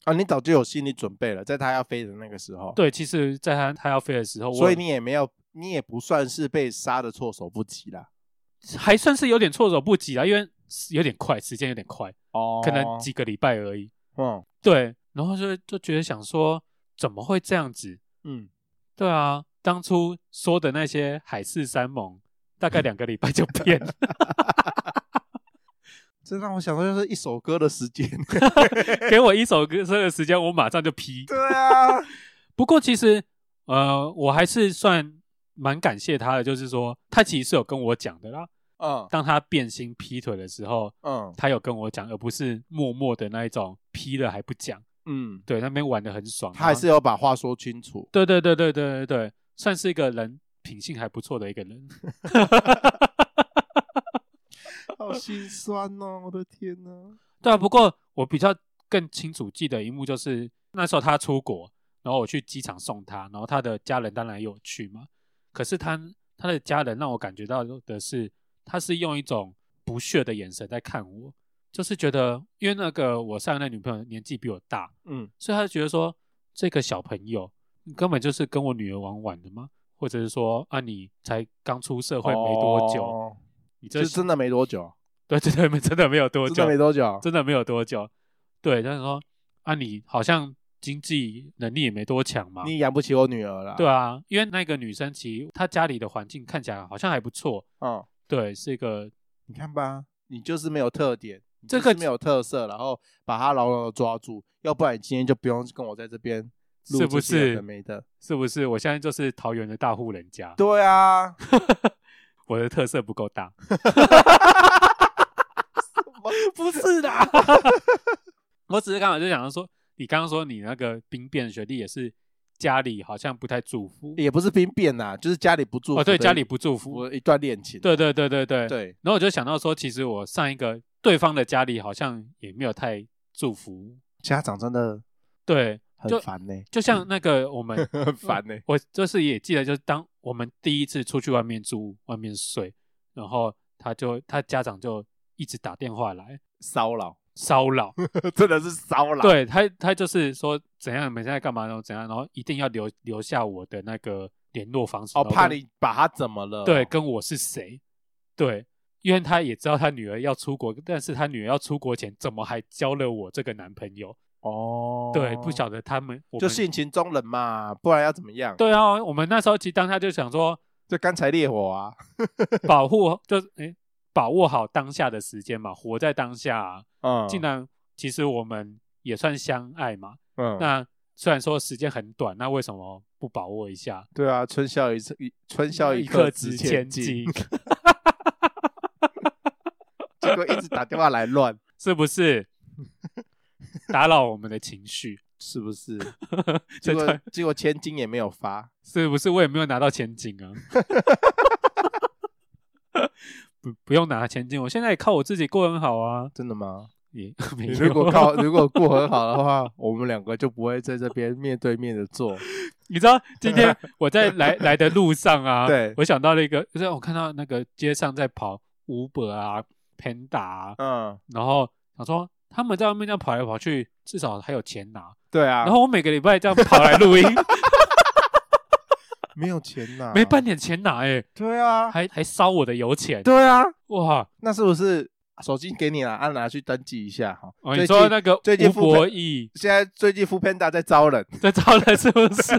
C: 啊，你早就有心理准备了，在他要飞的那个时候，，
B: 对，其实，在他他要飞的时候，我
C: 所以你也没有，你也不算是被杀的措手不及啦。
B: 还算是有点措手不及啦，因为有点快，时间有点快，
C: 哦
B: 可能几个礼拜而已。
C: 嗯
B: 对，然后就就觉得想说，怎么会这样子？
C: 嗯，
B: 对啊，当初说的那些海誓山盟，大
C: 嗯
B: 概两个礼拜就变了。
C: 这让我想到就是一首歌的 时间。
B: 给我一首歌的时间，我马上就批。
C: 对啊，
B: 不过其实，呃，我还是算蛮感谢他的，就是说他其实是有跟我讲的啦。
C: 嗯
B: 当他变心劈腿的时候，
C: 嗯
B: 他有跟我讲，而不是默默的那一种劈了还不讲。
C: 嗯，
B: 对，那边玩的很爽啊。
C: 他还是有把话说清楚。
B: 对对对对对对对，算是一个人品性还不错的一个人。
C: 好心酸哦，我的天哪！
B: 对啊，不过我比较更清楚记得一幕就是那时候他出国，然后我去机场送他，然后他的家人当然也有去嘛。可是他他的家人让我感觉到的是，他是用一种不屑的眼神在看我，就是觉得因为那个我上一任女朋友年纪比我大，
C: 嗯
B: 所以他就觉得说这个小朋友你根本就是跟我女儿玩玩的吗？或者是说啊，你才刚出社会没多久，
C: 哦
B: 你这
C: 就真的没多久，
B: 对对对，没真的没有多
C: 真
B: 久
C: 的，没多久。
B: 真的没有多久。对，他说啊，你好像经济能力也没多强嘛。
C: 你养不起我女儿了。
B: 对，啊，因为那个女生其实她家里的环境看起来好像还不错，
C: 嗯，
B: 对，是一个
C: 你看吧，你就是没有特点，你
B: 这
C: 就是
B: 个
C: 没有特色，然后把它牢牢的抓住，要不然你今天就不用跟我在这边录
B: 是不
C: 这些有
B: 是
C: 的没的。
B: 是不是？我现在就是桃园的大户人家，
C: 对 啊，
B: 我的特色不够大，
C: 不是的，
B: 我只是刚好就想到说，你刚刚说你那个兵变学弟也是家里好像不太祝福，
C: 也不是兵变呐，就是家里不祝福
B: 哦，对，
C: 的
B: 家里不祝福，
C: 我一段恋情。
B: 对对对对对。
C: 对，
B: 然后我就想到说，其实我上一个对方的家里好像也没有太祝福，
C: 家长真的
B: 对，就
C: 很烦呢，
B: 就像那个我们
C: 很烦欸呢。
B: 我就是也记得，就是当我们第一次出去外面住、外面睡，然后他就他家长就一直打电话来
C: 骚扰，
B: 骚扰，
C: 真的是骚扰。
B: 对他他就是说怎样你们现在干嘛，然后怎样，然后一定要留留下我的那个联络方式，
C: 哦，
B: 然后
C: 怕
B: 跟
C: 你哦把他怎么了？
B: 对跟我是谁，对，因为他也知道他女儿要出国，但是他女儿要出国前怎么还交了我这个男朋友？
C: 哦，
B: 对，不晓得他们我
C: 就
B: 们
C: 性情中人嘛，不然要怎么样？
B: 对啊，我们那时候其实当他就想 说。
C: 就干柴烈火啊。
B: 保护就是诶，把握好当下的时间嘛，活在当下、啊。
C: 嗯，
B: 既然其实我们也算相爱嘛，
C: 嗯，
B: 那虽然说时间很短，那为什么不把握一下？
C: 对啊，春宵一次一春宵一
B: 刻
C: 刻
B: 值
C: 值
B: 千
C: 千
B: 金
C: 金，，结果一直打电话来乱，
B: 是不 是？打扰我们的情绪，
C: 是不 是？
B: 这
C: 结果
B: 段
C: 结果千金也没有发，
B: 是不是我也没有拿到千金啊？ 不不用拿千金，我现在也靠我自己过很好啊。
C: 真的吗？
B: 也 没
C: 你
B: 有
C: 如果靠如果过很好的话，我们两个就不会在这边面对面的 坐。
B: 你知道今天我 在来来的路上啊，
C: 对
B: 我想到了一个，就是我看到那个街上在跑 Uber 啊、Panda 啊，
C: 嗯，
B: 然后想说他们在外面这样跑来跑去，至少还有钱拿。
C: 对啊，
B: 然后我每个礼拜这样跑来 录音，
C: 没有钱呐，
B: 没半点钱拿、欸，
C: 对啊，
B: 还还烧我的油钱，
C: 对啊，
B: 哇！
C: 那是不是手机给你了，按、拿去登记一下哈？
B: 哦、
C: 最
B: 你说
C: 近
B: 那个
C: 最近
B: 吴
C: 付
B: 博
C: 费
B: 义
C: 现在最近 f 片大在招 人，
B: 在招人是不是？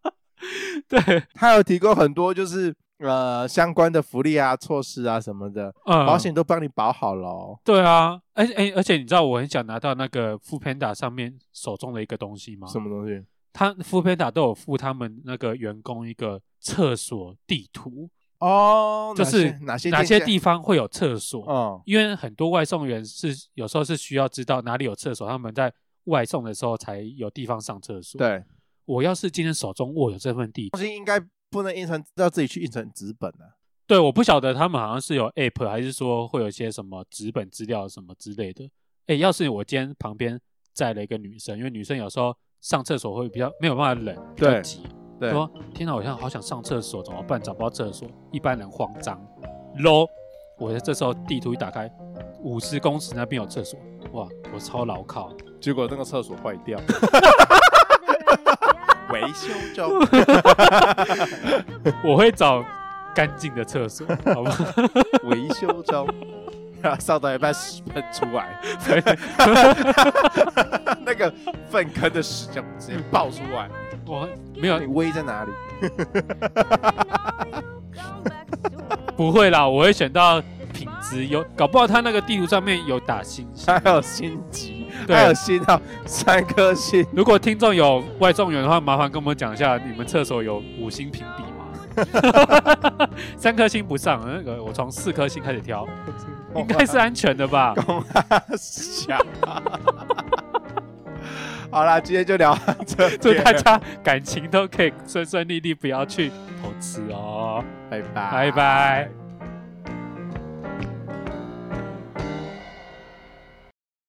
B: 对，
C: 他有提供很多就是呃相关的福利啊、措施啊什么的，
B: 嗯，
C: 保险都帮你保好了、哦。
B: 对啊，而且哎，而且你知道我很想拿到那个 f o o Panda 上面手中的一个东西吗？
C: 什么东西？
B: 他 f o o Panda 都有附他们那个员工一个厕所地图，
C: 哦，
B: 就是
C: 哪些
B: 哪
C: 店
B: 些
C: 家？
B: 地方会有厕所。
C: 哦，
B: 因为很多外送员是有时候是需要知道哪里有厕所，他们在外送的时候才有地方上厕所。，
C: 对，
B: 我要是今天手中握有这份地图，
C: 东西应该不能印成，要自己去印成纸本啊。
B: 对，我不晓得他们好像是有 app 还是说会有一些什么纸本资料什么之类的。哎，要是我今天旁边载了一个女生，因为女生有时候上厕所会比较没有办法忍，比较
C: 对
B: 急，
C: 对，
B: 说：“天哪，我现在好想上厕所，怎么办？找不到厕所，一般人慌张。”low，我这时候地图一打开，五十公尺那边有厕所，哇，我超牢靠。
C: 结果那个厕所坏掉， 维修 中。
B: 我会找干净的厕所，好吗？
C: 维修中，上到一半屎喷出来， 那个粪坑的屎就直接爆出来。
B: 我没有
C: 你，威在哪里？
B: 不会啦，我会选到品质有，搞不好他那个地图上面有打星星。
C: 还有心急，
B: 对
C: 还有心到三颗星。
B: 如果听众有外送员的话，麻烦跟我们讲一下，你们厕所有五星评比吗？ 三颗星不上，那个我从四颗星开始挑，应该是安全的吧？
C: 公啊 小。好啦，今天就聊到这，
B: 祝大，家感情都可以顺顺利利，不要去投资哦。
C: 拜拜，
B: 拜拜。